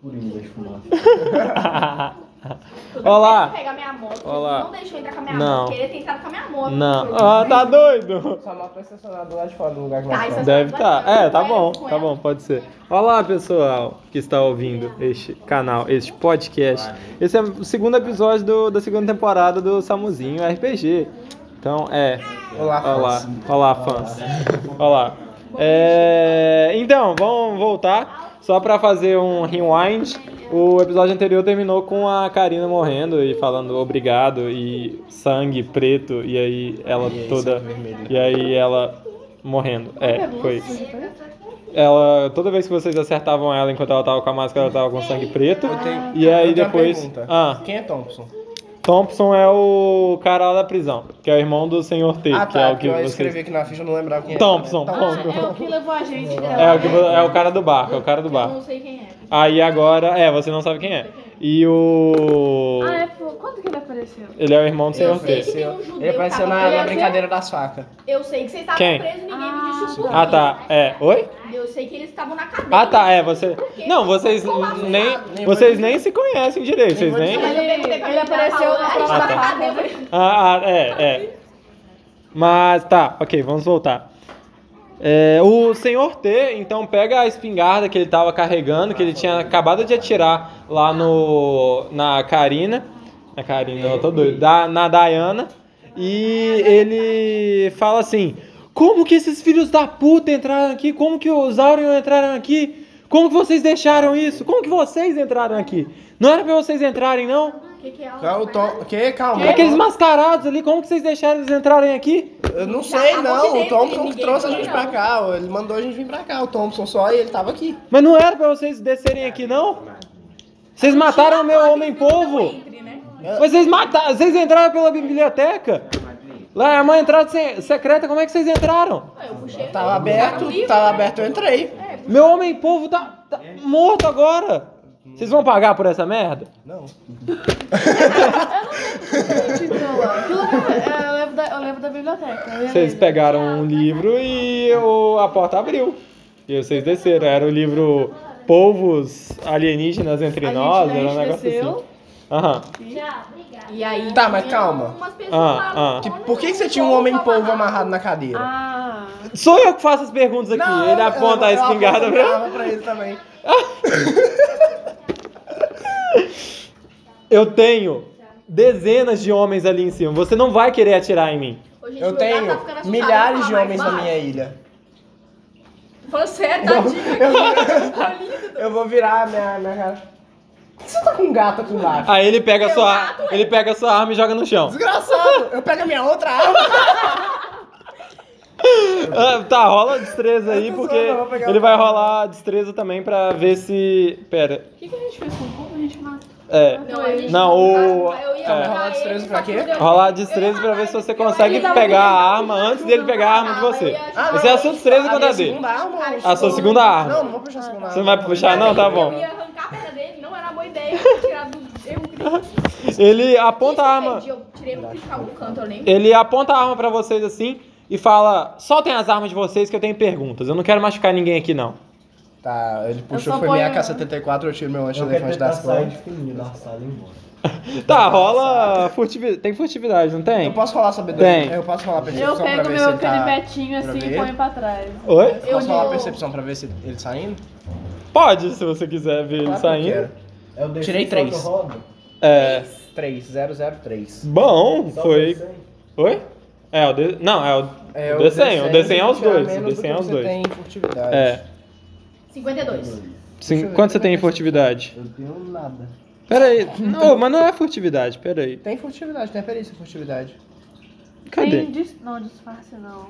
Purinho das fumaças. Olha lá. Pegar minha moto. Ó lá. Não deixou entrar com a minha Não. moto. Porque ele tem entrado com a minha moto. Não. Ah, tá doido. Sua moto é estacionada do lado de fora do lugar que Tá, nós isso estamos. Deve tá. É, tá bom, tá bom, pode ser. Olá, pessoal que está ouvindo este canal, este podcast. Esse é o segundo episódio do- da segunda temporada do Samuzinho RPG. Então, é. Olá, Olá, fãs. olá, fãs. Olá. É, então, vamos voltar. Só pra fazer um rewind, o episódio anterior terminou com a Karina morrendo e falando obrigado e sangue preto e aí ela E aí, toda sangue vermelho. e aí ela morrendo. É, foi. Ela toda vez que vocês acertavam ela enquanto ela tava com a máscara, ela tava com sangue preto. Eu tenho- E aí eu tenho uma depois, pergunta. assim. ah, Quem é Thompson? Thompson é o cara lá da prisão, que é o irmão do Senhor T, ah, que é tá. o que eu vocês escrevi aqui na ficha, eu não lembrava quem Thompson, era. né? Thompson. É o que levou a gente. É o, que vo- é o cara do barco, é o cara do Eu barco. não sei quem é. Aí agora, é, você não sabe quem é. E o. Ah, é, pô, quando que ele apareceu? Ele é o irmão do Eu Senhor sei T. que tem um judeu. Ele apareceu que tava na, na preso. brincadeira das facas. Eu sei que vocês estavam Quem? presos, ninguém me disse o porquê. Ah tá, é. Oi? Eu sei que eles estavam na cadeia. Ah tá, é, você. Não, vocês nem. Vocês nem se conhecem direito, vocês nem. Mas eu perguntei pra menina, Ele apareceu ela na falou, próxima "Ah, tá na fase." cadeia. Eu falei, Ah, ah, é, é. Mas tá, ok, vamos voltar. É, o senhor T, então, pega a espingarda que ele tava carregando, que ele tinha acabado de atirar lá no. na Karina. Na Karina, eu tô doido. Da, na Diana. E ele fala assim: Como que esses filhos da puta entraram aqui? Como que os Aurion entraram aqui? Como que vocês deixaram isso? Como que vocês entraram aqui? Não era pra vocês entrarem, não? "O que que é ela?" Qual o Tom? Que? Calma. Aqueles mascarados ali, como que vocês deixaram eles entrarem aqui? Eu não sei, Tá, não. aconteceu, O Thompson ninguém que trouxe a gente viu, pra não. cá. ó, Ele mandou a gente vir pra cá. O Thompson só e ele tava aqui. Mas não era pra vocês descerem aqui, não? Vocês mataram o meu homem-povo! Entre, né? Mas Vocês mataram, vocês entraram pela biblioteca? Lá é uma entrada se- secreta, como é que vocês entraram? Eu puxei. Tava aberto, Livre, tava né? aberto, eu entrei. Meu homem-povo tá, tá morto agora! Vocês vão pagar por essa merda? Não. Aquilo que- é, eu, lembro da, eu lembro da biblioteca. né? eu ia Vocês ler. pegaram um livro e o- a porta abriu. E vocês desceram. Era o livro Povos Alienígenas Entre A gente- né, Nós, a era um gente negócio assim. desceu. Aham. E aí. Tá, mas tinha calma. umas pessoas Ah, lá no ah. corner, Por que, que você um tinha um povo homem-polvo amarrado na cadeira? Ah, Sou eu que faço as perguntas aqui. Ah. ele eu- eu- aponta a eu espingarda pra apontava pra ele também. Eu tenho dezenas de homens ali em cima. Você não vai querer atirar em mim. Ô, gente, Eu meu gato tá tenho ficando assustado, milhares fala de mais homens na baixo. minha ilha. Você é tadinho. Eu vou virar a minha, minha cara. Por que você tá com um gato aqui embaixo? Aí ele pega a Meu sua, gato, ele pega a sua arma e joga no chão. Desgraçado! Eu pego a minha outra arma. Ah, tá, rola a destreza aí Eu tô porque zoando, eu vou pegar ele o vai cara. rolar a destreza também pra ver se, pera, o que, que a gente fez com o povo? A gente matou. é, Não, a gente Não, o- Eu ia Calma, matar rolar destreza ele, pra só que quê? não deu. rolar a Eu destreza ia pra ver matar se você ele. consegue Eu ia um pegar matar a ele. arma antes dele pegar a arma de você. Ah, Essa é a sua destreza a contra minha a dele. segunda arma. Cara, A sua segunda Não, não arma. vou puxar a segunda arma. Você não vai puxar não, tá bom. Eu ia arrancar a perna dele, não era uma boa ideia. Eu ia tirar do. Eu grito. Ele aponta a arma. Eu tirei um grito de algum canto, eu nem. Ele aponta a arma pra vocês assim e fala: "Soltem as armas de vocês que eu tenho perguntas. Eu não quero machucar ninguém aqui não." Tá, ele puxou, só foi minha ponho- K-74, eu tiro meu Eu antielefante quero tentar das sair costas. de fininho da sala e ir embora. Tá, rola furtividade. Tem furtividade, não tem? Eu posso rolar sabedoria? Tem. Eu posso rolar percepção Eu pra ver pego se ele meu tá... canivetinho pra assim ver e ele? ponho pra trás. Oi? Posso Eu rolar vou- percepção pra ver se ele tá saindo? Pode, se você quiser ver Claro ele que eu saindo. quero. Eu desci, Tirei só três. que eu rodo. É. 3003. Bom, Só foi. desci. Oi? É, o de... Não, é o, o desenho. O desenho é os dois. O desenho é os dois. Tem furtividade. É. 52. Deixa Sim, eu ver. quanto você tem em furtividade? Eu tenho nada. Pera aí. Não, mas não é furtividade, pera aí. Tem furtividade, tem a perícia furtividade. Tem Cadê? dis... Não, disfarce não.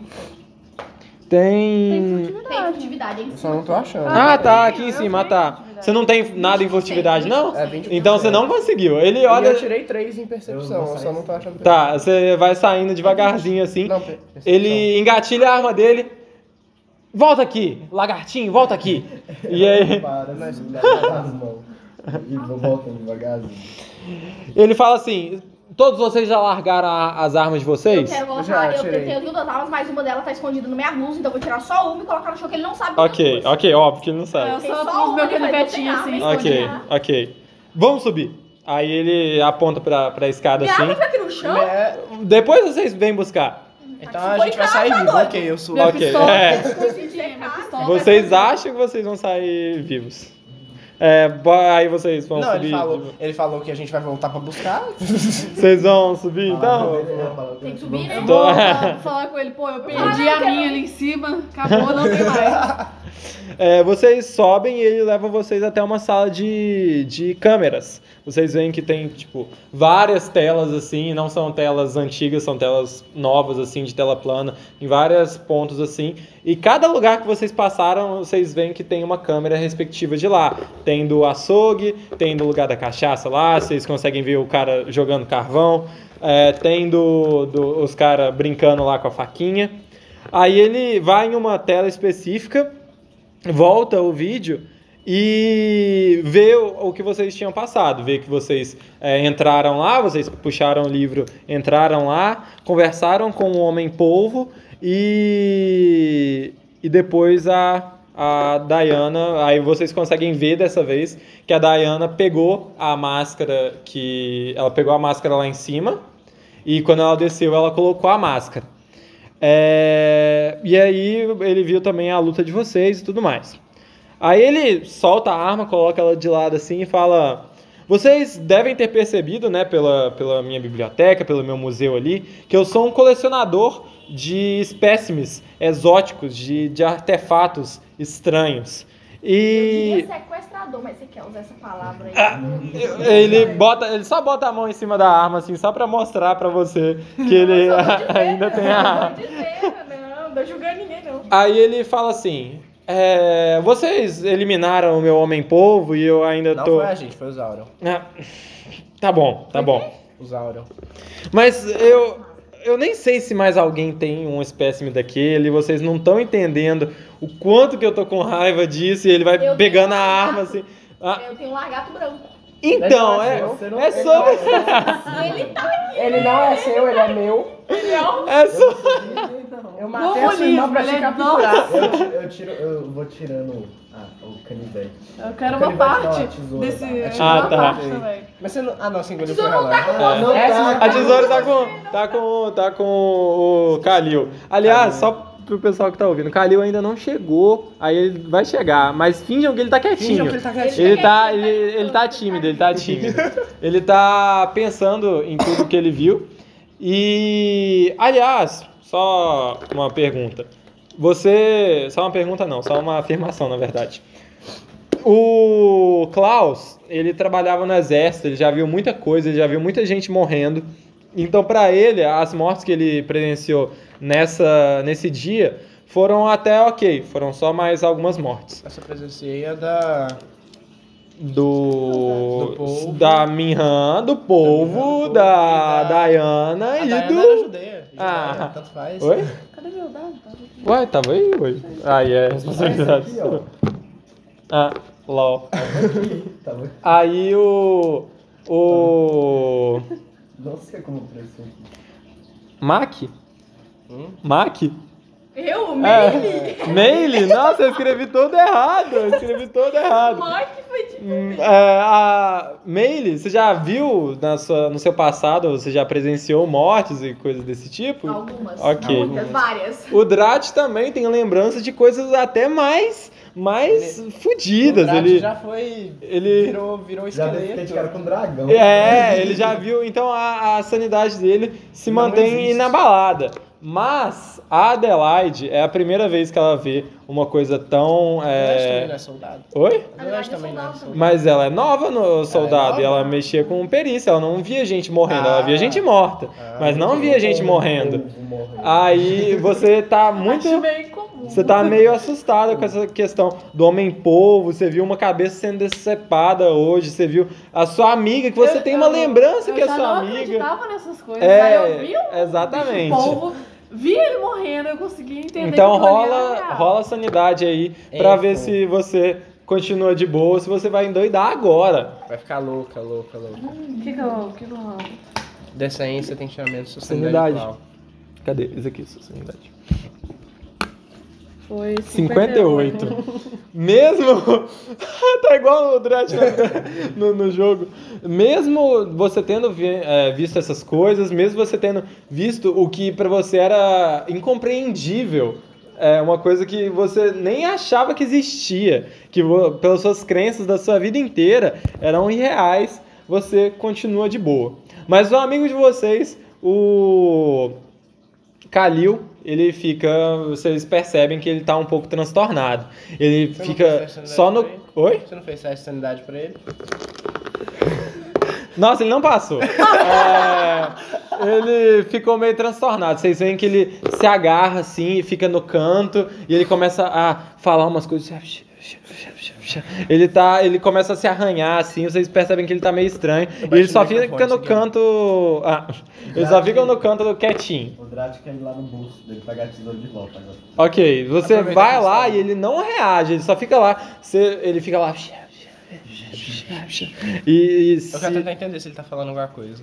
Tem Tem. Tem furtividade. furtividade, hein? Eu só um não tô achando. Ah, tá, Eu aqui em tenho cima, ah, tá. furtividade. Você não tem nada em furtividade, não? É 20%. Então você não conseguiu. Ele E Eu olha. tirei 3 em percepção, Eu eu, vou só sair. não tô achando. Tá, você vai saindo devagarzinho assim. Não, per- percepção. Ele engatilha a arma dele. Volta aqui, lagartinho, volta aqui. E aí Para, né? As mãos. E vou voltando devagarzinho. ele fala assim: Todos vocês já largaram a- as armas de Eu vocês? quero Eu colocar, já eu tirei. tenho duas armas, mas uma delas tá escondida na minha blusa, então eu vou tirar só uma e colocar no chão que ele não sabe. que é. tem Ok, duas. ok, óbvio que ele não sabe. Eu Tem só só com os meus uma, ele vai canivetinhos pegar, assim. mas- Tá. Ok, ok. Vamos subir. Aí ele aponta pra, pra escada Minha arma assim. fica aqui no Então, chão? Né? Depois vocês vêm buscar. Então a gente vai sair vivo. Ok, eu sou. Minha ok, pistola. é. Tem cara. Vocês acham que vocês vão sair vivos. É, bo- aí vocês vão Não, subir. ele falou, ele falou que a gente vai voltar pra buscar. Vocês vão Ah, subir Ah, então? Tem que subir, né? um Eu Tô- vou falar, falar com ele, pô, eu perdi a minha ali em cima, acabou, não tem mais. É, vocês sobem e ele leva vocês até uma sala de, de câmeras. Vocês veem que tem, tipo, várias telas assim, não são telas antigas, são telas novas, assim, de tela plana, em vários pontos assim. E cada lugar que vocês passaram, vocês veem que tem uma câmera respectiva de lá. Tem do açougue, tem do lugar da cachaça lá, vocês conseguem ver o cara jogando carvão, é, tem do, do- os caras brincando lá com a faquinha. Aí ele vai em uma tela específica volta o vídeo e vê o, o que vocês tinham passado, vê que vocês é, entraram lá, vocês puxaram o livro, entraram lá, conversaram com o homem polvo e e depois a a Diana, aí vocês conseguem ver dessa vez que a Diana pegou a máscara que ela pegou a máscara lá em cima e quando ela desceu ela colocou a máscara. É, e aí ele viu também a luta de vocês e tudo mais. Aí ele solta a arma, coloca ela de lado assim e fala: Vocês devem ter percebido, né, pela, pela minha biblioteca, pelo meu museu ali, que eu sou um colecionador de espécimes exóticos, de, de artefatos estranhos. Eu E diria sequestrador, mas você quer usar essa palavra aí? Ah, ele bota, ele só bota a mão em cima da arma assim, só pra mostrar pra você que ele Não, eu só tô dizendo, ainda tem a arma. eu tô dizendo, Não, não tô julgando ninguém, não. Aí ele fala assim: é, vocês eliminaram o meu homem polvo e eu ainda Não tô. foi a gente, foi os Auron. Ah, tá bom, tá bom. Os Auron. Mas eu eu nem sei se mais alguém tem um espécime daquele. Vocês não estão entendendo o quanto que eu tô com raiva disso. E ele vai Eu pegando tenho um a arma raiva. assim. Ah, Eu tenho um lagarto branco. então Ele é não é seu, você é não- sobre Ele tá Ele não é seu, ele é meu. melhor. é sobre Eu matei a sua irmã pra te Ele é capturar. Eu, ti- eu tiro, eu vou tirando ah, o canivete. Eu quero uma Ele vai tirar parte uma tesoura, desse. tá? Eu quero Ah, É tipo uma tá. parte também. Mas você não. Ah, não, você engoliu Isso seu não tá relógio. Ah, não Essa tá. já É A tesoura tá com, tá com, tá com o Kalil. Aliás, só pro pessoal que tá ouvindo, o Kalil ainda não chegou, aí ele vai chegar, mas finjam que ele tá quietinho. Finjam que ele tá quietinho. Ele tá, ele, ele tá tímido, ele tá tímido. Ele tá pensando em tudo que ele viu. E, aliás, só uma pergunta. Você, só uma pergunta não, só uma afirmação, na verdade. O Klaus, ele trabalhava no exército, ele já viu muita coisa, ele já viu muita gente morrendo. Então, pra ele, as mortes que ele presenciou nessa, nesse dia foram até ok, foram só mais algumas mortes. Essa presenciei é da. Do. Do polvo. da Minhan, do polvo, do polvo, da, e da- Diana A e Diana é do. era judeia. judeia, Ah. Tanto faz. Oi? Cadê meu dado? Tá? Ué, tava aí, oi. Aí é responsabilidade. Esse aqui, ó. Ah, LOL. Tá bom. Aí o. O. Não sei como preço aqui. Mac? Hum? Mac? Eu, Meili. É. Meili? Nossa, eu escrevi todo errado. Eu escrevi todo errado. Mãe que foi de... Hum, é, a Meili, você já viu na sua, no seu passado, você já presenciou mortes e coisas desse tipo? Algumas. Ok. Muitas, várias. O Drat também tem lembrança de coisas até mais, mais O fodidas. Drat Ele, já foi. ele Virou, virou Já deve ter de cara esqueleto. com dragão. É, ele já viu. Então a, a sanidade dele se Não mantém existe. inabalada. Mas a Adelaide é a primeira vez que ela vê uma coisa tão. Mas também é, não é soldado. Mas Oi? também não é soldado soldado. também. Mas ela é nova no soldado nova? e ela mexia com perícia. Ela não via gente morrendo, ela via Ah. gente morta. Ah, mas não via gente morrendo. Ah. Povo morrendo. Aí você tá muito. Acho meio incomum. Você tá meio assustada com essa questão do homem polvo, você viu uma cabeça sendo decepada hoje, você viu a sua amiga, que você Eu- tem uma eu- lembrança eu que é já sua não amiga. acreditava nessas coisas. Aí eu vi o É, exatamente. povo, vi ele morrendo, eu consegui entender. Então que aquilo ali era rola, real. rola sanidade aí Ei, pra ver pô. se você continua de boa, ou se você vai endoidar agora. Uhum. Vai ficar louca, louca, louca. O que que eu, o que que eu rolo? Decência tem que tirar menos sustentabilidade. Sanidade. Cadê? Isso aqui, sanidade. Foi 58. Mesmo. tá igual o Dredd no, no jogo. Mesmo você tendo vi- é, visto essas coisas, mesmo você tendo visto o que pra você era incompreendível. É uma coisa que você nem achava que existia, que vo- pelas suas crenças da sua vida inteira eram irreais, você continua de boa. Mas o amigo de vocês, o Kalil, ele fica. Vocês percebem que ele tá um pouco transtornado. Ele Você não fica fez teste de só no. sanidade Oi? Você não fez teste de sanidade pra ele? Nossa, ele não passou. É, ele ficou meio transtornado. Vocês veem que ele se agarra assim e fica no canto e ele começa a falar umas coisas. Ele tá, ele começa a se arranhar assim, vocês percebem que ele tá meio estranho. E ele só o microfone, fica isso no aqui, ó. canto, ah, ele só fica no canto quietinho. O Drat quer ir lá no bolso dele pagar a tesoura de volta agora. Ok, você Aproveita vai que lá você- e ele não reage, ele só fica lá. Você- ele fica lá. E, e Eu quero se, tentar entender se ele tá falando alguma coisa.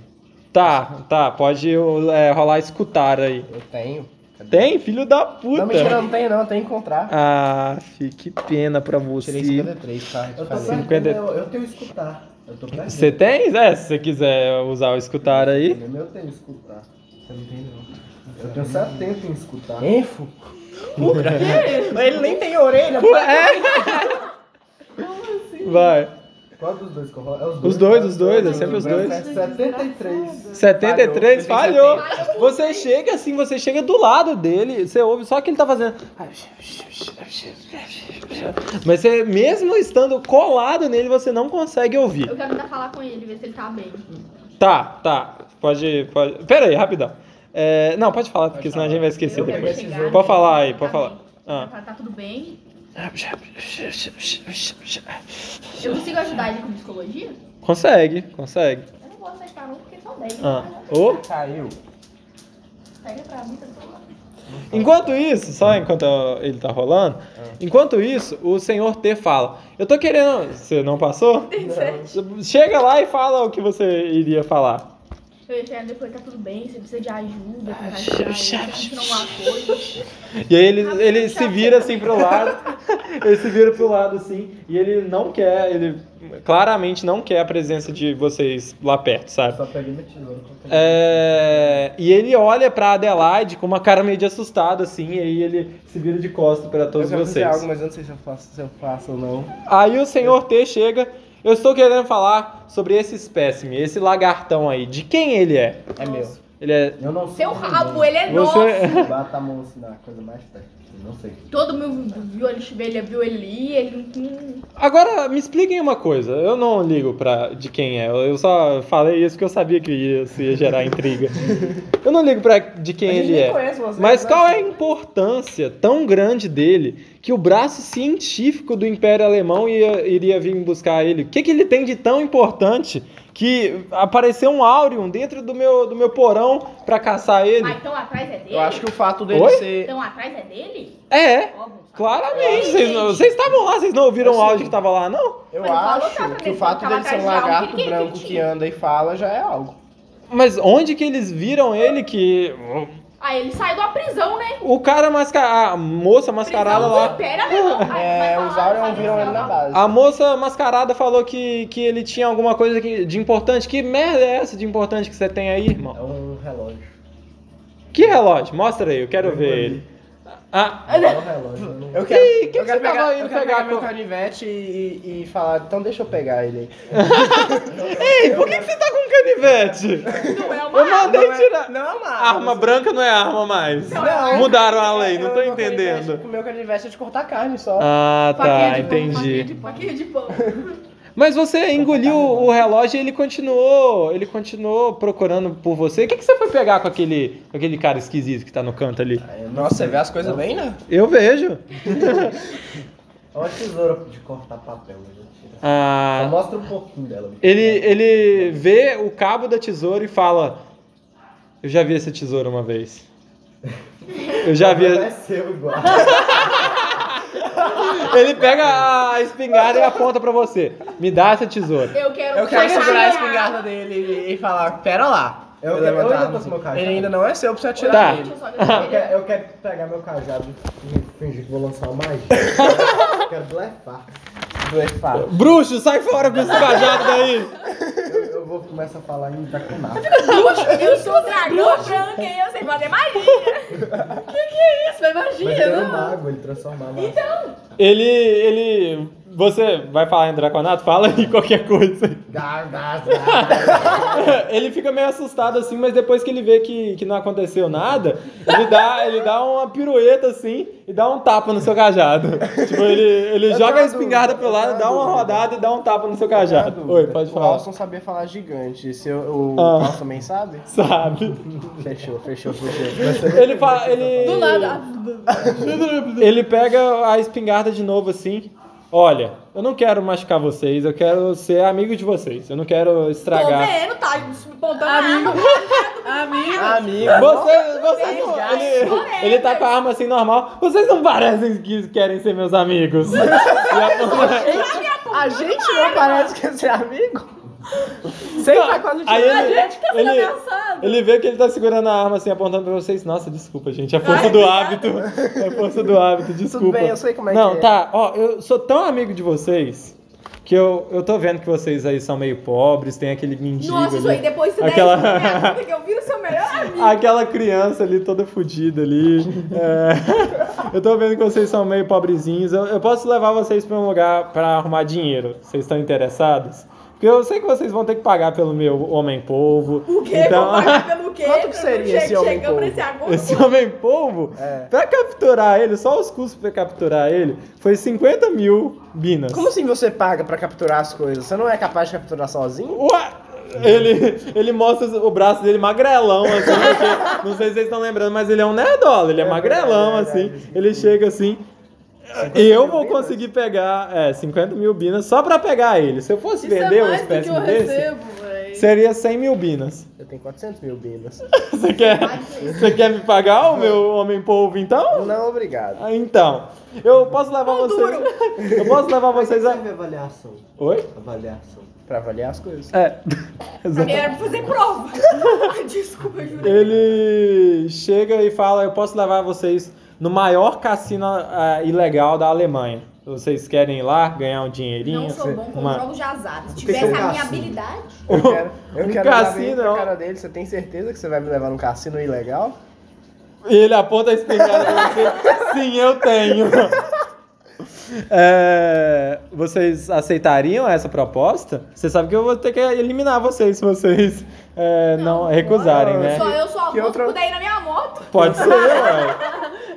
tá, tá, pode é, rolar escutar aí. Eu tenho. Tem, filho da Não, puta. mentira, não tenho não, tem que encontrar. Ah, fi, que pena pra Tirei você. 53, tá? Eu Eu tô falei. perdendo, 50. eu, eu tenho escutar. Eu tô perdendo. Você tem? É, se você quiser usar o escutar aí. Eu tenho escutar. Você não tem não. Eu tenho 70 em escutar. Enfo? Porra. É. ele nem tem orelha, pô. Vai. Qual dos dois que eu rolo? É Os os dois. dois, né? os dois, é sempre os dois. É 73. 73, Falhou. falhou. Você chega assim, você chega do lado dele, você ouve só que ele tá fazendo. Mas você, mesmo estando colado nele, você não consegue ouvir. Eu quero ainda falar com ele, ver se ele tá bem. Tá, tá. Pode. pode... Pera aí, rapidão. É, não, pode falar, porque senão a gente vai esquecer eu quero depois. chegar, Pode falar aí, tá pode falar. bem. Ah. Tá, tá tudo bem? Eu consigo ajudar ele com psicologia? Consegue, consegue. Eu não gosto de cara, não, porque são 10. Ah. né? Ô, Caiu. Pega pra mim, tá pessoal. Enquanto isso, só enquanto ele tá rolando, enquanto isso, o senhor T fala: Eu tô querendo. Você não passou? Chega lá e fala o que você iria falar. Eu ia chegar depois, tá tudo bem, você precisa de Ah, ajuda, tentar ajudar ele, você tá sentindo alguma coisa. E aí Ah, ele, ele se vira assim pro lado. ele se vira pro lado assim. E ele não quer, ele claramente não quer a presença de vocês lá perto, Eu sabe? só peguei minha tesoura. que eu tenho. É, e ele olha pra Adelaide com uma cara meio de assustado, assim, e aí ele se vira de costas pra Eu todos quero fazer vocês. algo, mas eu não sei se eu faço, se eu faço ou não. Aí o senhor T chega. Eu estou querendo falar sobre esse espécime, esse lagartão aí. De quem ele é? É meu. Ele é. Eu não sei. Seu rabo, ele é nosso. Você. Bata a mão assim na coisa mais perto. Eu Não sei. É Todo mundo viu ele, viu ele, viu ele, ele... Agora me expliquem uma coisa. Eu não ligo pra de quem é. Eu só falei isso porque eu sabia que ia- isso ia gerar intriga. Eu não ligo pra de quem A gente ele nem é. conhece você, Mas né? qual é a importância tão grande dele que o braço científico do Império Alemão ia- iria vir buscar ele? O que, que ele tem de tão importante que apareceu um Aurion dentro do meu, do meu porão pra caçar Ah, ele? então atrás é dele? Eu acho que o fato dele Oi? ser. Então atrás é dele? É, Ó, vamos lá. claramente. Oi, Vocês gente. não- vocês estavam lá, vocês não ouviram Eu o áudio sei. que tava lá, não? Mas Eu ele falou acho que ela que o também fato tava dele ser um atrás de algo lagarto que ninguém branco que tinha. anda e fala já é algo. Mas onde que eles viram ele que. Ah, ele saiu da prisão, né? O cara mascarado. A moça mascarada Prisão lá. do Império Alemão. Aí vai É, falar, os sai Aurion do viram céu, ele na tá? base. A moça mascarada falou que, que ele tinha alguma coisa que- de importante. Que merda é essa de importante que você tem aí, É irmão? um relógio. Que relógio? Mostra aí, eu quero ver ele. Ah, É um relógio. eu não- Eu quero, Ih, que eu quero que você pegar, tava indo eu quero pegar pegar a meu co- canivete e, e- e falar, então deixa eu pegar ele aí. ei, por que, que você tá com canivete? Não é uma Eu mandei é- tirar. Não, mano. Ah, Arma branca não é arma mais. Não. Mudaram a lei, não Eu- tô meu canivete- entendendo. O meu canivete é de cortar carne só. Ah, tá, Faquinha de pão, faquinha entendi. de pão. faquinha de pão. Mas você engoliu o relógio e ele continuou, ele continuou procurando por você. O que, que você foi pegar com aquele, com aquele cara esquisito que tá no canto ali? Ah, eu não Nossa, sei. você vê as coisas bem, né? Eu vejo. É uma tesoura de cortar papel. eu não tiro. Ah, Só mostra um pouquinho dela. Ele, ele vê o cabo da tesoura e fala: Eu já vi essa tesoura uma vez. Eu já vi. Não é seu igual. Ele pega a espingarda e aponta pra você: Me dá essa tesoura. Eu quero Eu quero "Ah." sacar- segurar a espingarda dele e- e falar, pera lá. Eu, Vai quero, eu levantar. ainda tô com meu cajado. Ele ainda não é seu pra você atirar Tá. nele. Deixa eu só Eu agradecer. quero, eu quero pegar meu cajado e fingir que vou lançar uma magia. quero blefar. Blefar. Bruxo, sai fora com esse cajado daí! Eu, eu vou começar a falar em Itacuná. Eu sou dragão branca e eu sei fazer magia. Isso, é Mas magia, ele é um não? mago, ele transformava. Ele. ele. Você vai falar em Draconato? Fala aí qualquer coisa. Gar, gar, gar. Ele fica meio assustado assim, mas depois que ele vê que, que não aconteceu nada, ele dá, ele dá uma pirueta assim e dá um tapa no seu cajado. Tipo, ele, ele Eu joga tenho a espingarda dúvida, pro eu lado, tenho dá uma dúvida. rodada e dá um tapa no seu Eu tenho cajado. uma Oi, dúvida. pode O falar. Alson sabia falar gigante. Se eu- o Ah. Alson também sabe? Sabe? Fechou, fechou, fechou. Ele fala. Ele, Do ah, nada. Ele pega a espingarda de novo assim. Olha, eu não quero machucar vocês, eu quero ser amigo de vocês. Eu não quero Tô estragar. vendo, tá apontando a arma. Amigo. Amigo, Você, tá vocês não- já ele, chorei, ele tá com a arma assim normal. Vocês não parecem que querem ser meus amigos. E aponta- a gente não parece que é ser amigo? Sem tá quase Aí tirando. ele, ele, ele vê que ele tá segurando a arma assim, apontando pra vocês. Nossa, desculpa, gente. É força do hábito. É força do hábito, desculpa. Tudo bem, eu sei como é não, que é. tá, ó, eu sou tão amigo de vocês que eu, eu tô vendo que vocês aí são meio pobres, tem aquele mendigo Nossa, isso aí, ali. depois você Aquela- deve que eu viro seu melhor amigo. Aquela criança ali toda fodida ali. É, eu tô vendo que vocês são meio pobrezinhos. Eu, eu posso levar vocês pra um lugar pra arrumar dinheiro. Vocês estão interessados? Porque eu sei que vocês vão ter que pagar pelo meu homem-polvo. O quê? Então, Vou pagar pelo quê? Quanto que seria Chega- esse homem Chegamos polvo? nesse acordo. esse homem-polvo, É. pra capturar ele, só os custos pra capturar ele, foi 50 mil binas. Como assim você paga pra capturar as coisas? Você não é capaz de capturar sozinho? Ué, ele, ele mostra o braço dele magrelão, assim, porque, não sei se vocês estão lembrando, mas ele é um nerdola, ele é, É magrelão, verdade, assim, é verdade. ele chega assim, e eu mil vou binas? conseguir pegar, é, 50 mil binas só pra pegar ele, se eu fosse Isso vender é uma mais do que espécie eu desse, recebo, véi. seria 100 mil binas. Eu tenho 400 mil binas. Você quer, você quer me pagar o meu homem-polvo, então? Não, obrigado. Ah, Então, eu posso levar vocês, eu posso levar vocês a... Serve avaliação. Oi? Avaliação. Pra avaliar as coisas. É, exatamente. Era pra fazer prova. Desculpa, eu jurei. Ele chega e fala: Eu posso levar vocês no maior cassino ah, ilegal da Alemanha. Vocês querem ir lá ganhar um dinheirinho? Não sou bom com Uma- jogos de azar. Se que tivesse ser a minha assim? habilidade... Eu quero, eu Um quero olhar bem cassino, pra ó. cara dele. Você tem certeza que você vai me levar num cassino ilegal? E ele aponta a espingarda pra você: Sim, eu tenho. É, vocês aceitariam essa proposta? Você sabe que eu vou ter que eliminar vocês se vocês é, não, recusarem, não, né? Só eu só Que vou outra- daí na minha moto. Pode ser, ué.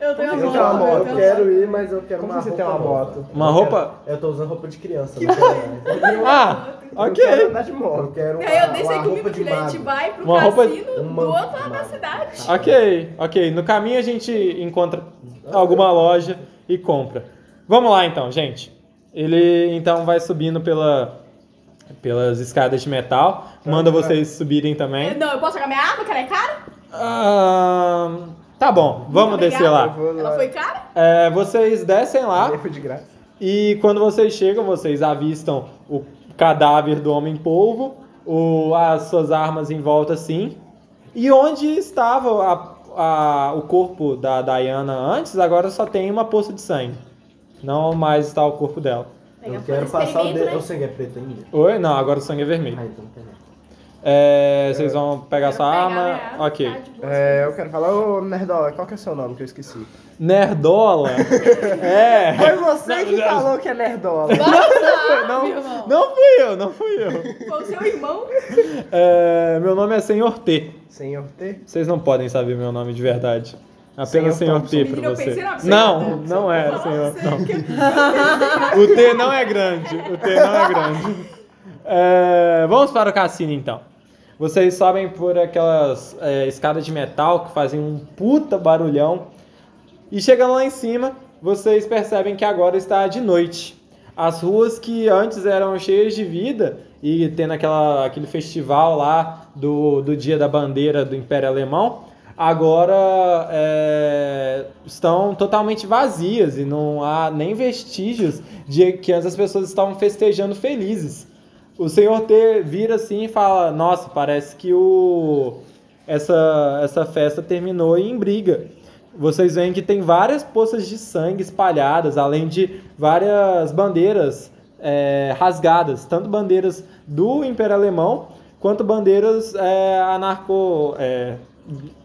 Eu tenho Como uma que tá a moto, moto? eu tenho Eu quero ir, mas eu quero Como uma você roupa tem uma nova. moto? Uma Eu roupa? quero- Eu tô usando roupa de criança. não quero mais. Ah, Eu quero ok. andar de Eu moto. quero E uma, aí eu deixei uma que o roupa meu de cliente mago. vai pro Uma roupa- cassino um do manto outro de lado da mago. cidade. Ok, ok. No caminho a gente encontra alguma loja e compra. Vamos lá então, gente. Ele então vai subindo pela, pelas escadas de metal. Manda vocês subirem também. Não, eu posso jogar minha arma, que ela é cara? Ah, tá bom, vamos Obrigada. descer Eu lá. vou lá. Ela foi cara? É, vocês descem lá Foi de graça. e quando vocês chegam, vocês avistam o cadáver do homem polvo, o, as suas armas em volta assim. E onde estava a- a- o corpo da Diana antes, agora só tem uma poça de sangue. Não mais está o corpo dela. Legal, Eu quero foi um passar o experimento, dedo. né? Eu sei que é preto ainda. Oi? Não, agora o sangue é Ah, vermelho. então tá bom. É, vocês vão pegar Quero sua pegar arma. minha arma, Ok. tá de boa. É, eu quero falar, ô Nerdola, qual que é o seu nome que eu esqueci? Nerdola. é. Foi você que falou que é Nerdola. Nossa, Não. meu irmão. Não fui eu, não fui eu. Foi o seu irmão? É, meu nome é Senhor T. Senhor T? Vocês não podem saber meu nome de verdade. Apenas Senhor Senhor, T Thompson. pra Menino, eu você. pensei na senhora Não, Thompson. não é Nossa, Senhor Thompson. que- O T não é grande. O T não é grande. É, vamos para o cassino então. Vocês sobem por aquelas é, escadas de metal que fazem um puta barulhão. E chegando lá em cima, vocês percebem que agora está de noite. As ruas que antes eram cheias de vida e tendo aquela, aquele festival lá do, do Dia da Bandeira do Império Alemão, agora é, estão totalmente vazias e não há nem vestígios de que antes as pessoas estavam festejando felizes. O senhor T vira assim e fala: Nossa, parece que o essa, essa festa terminou em briga. Vocês veem que tem várias poças de sangue espalhadas, além de várias bandeiras é, rasgadas, tanto bandeiras do Império Alemão quanto bandeiras é, anarco, é,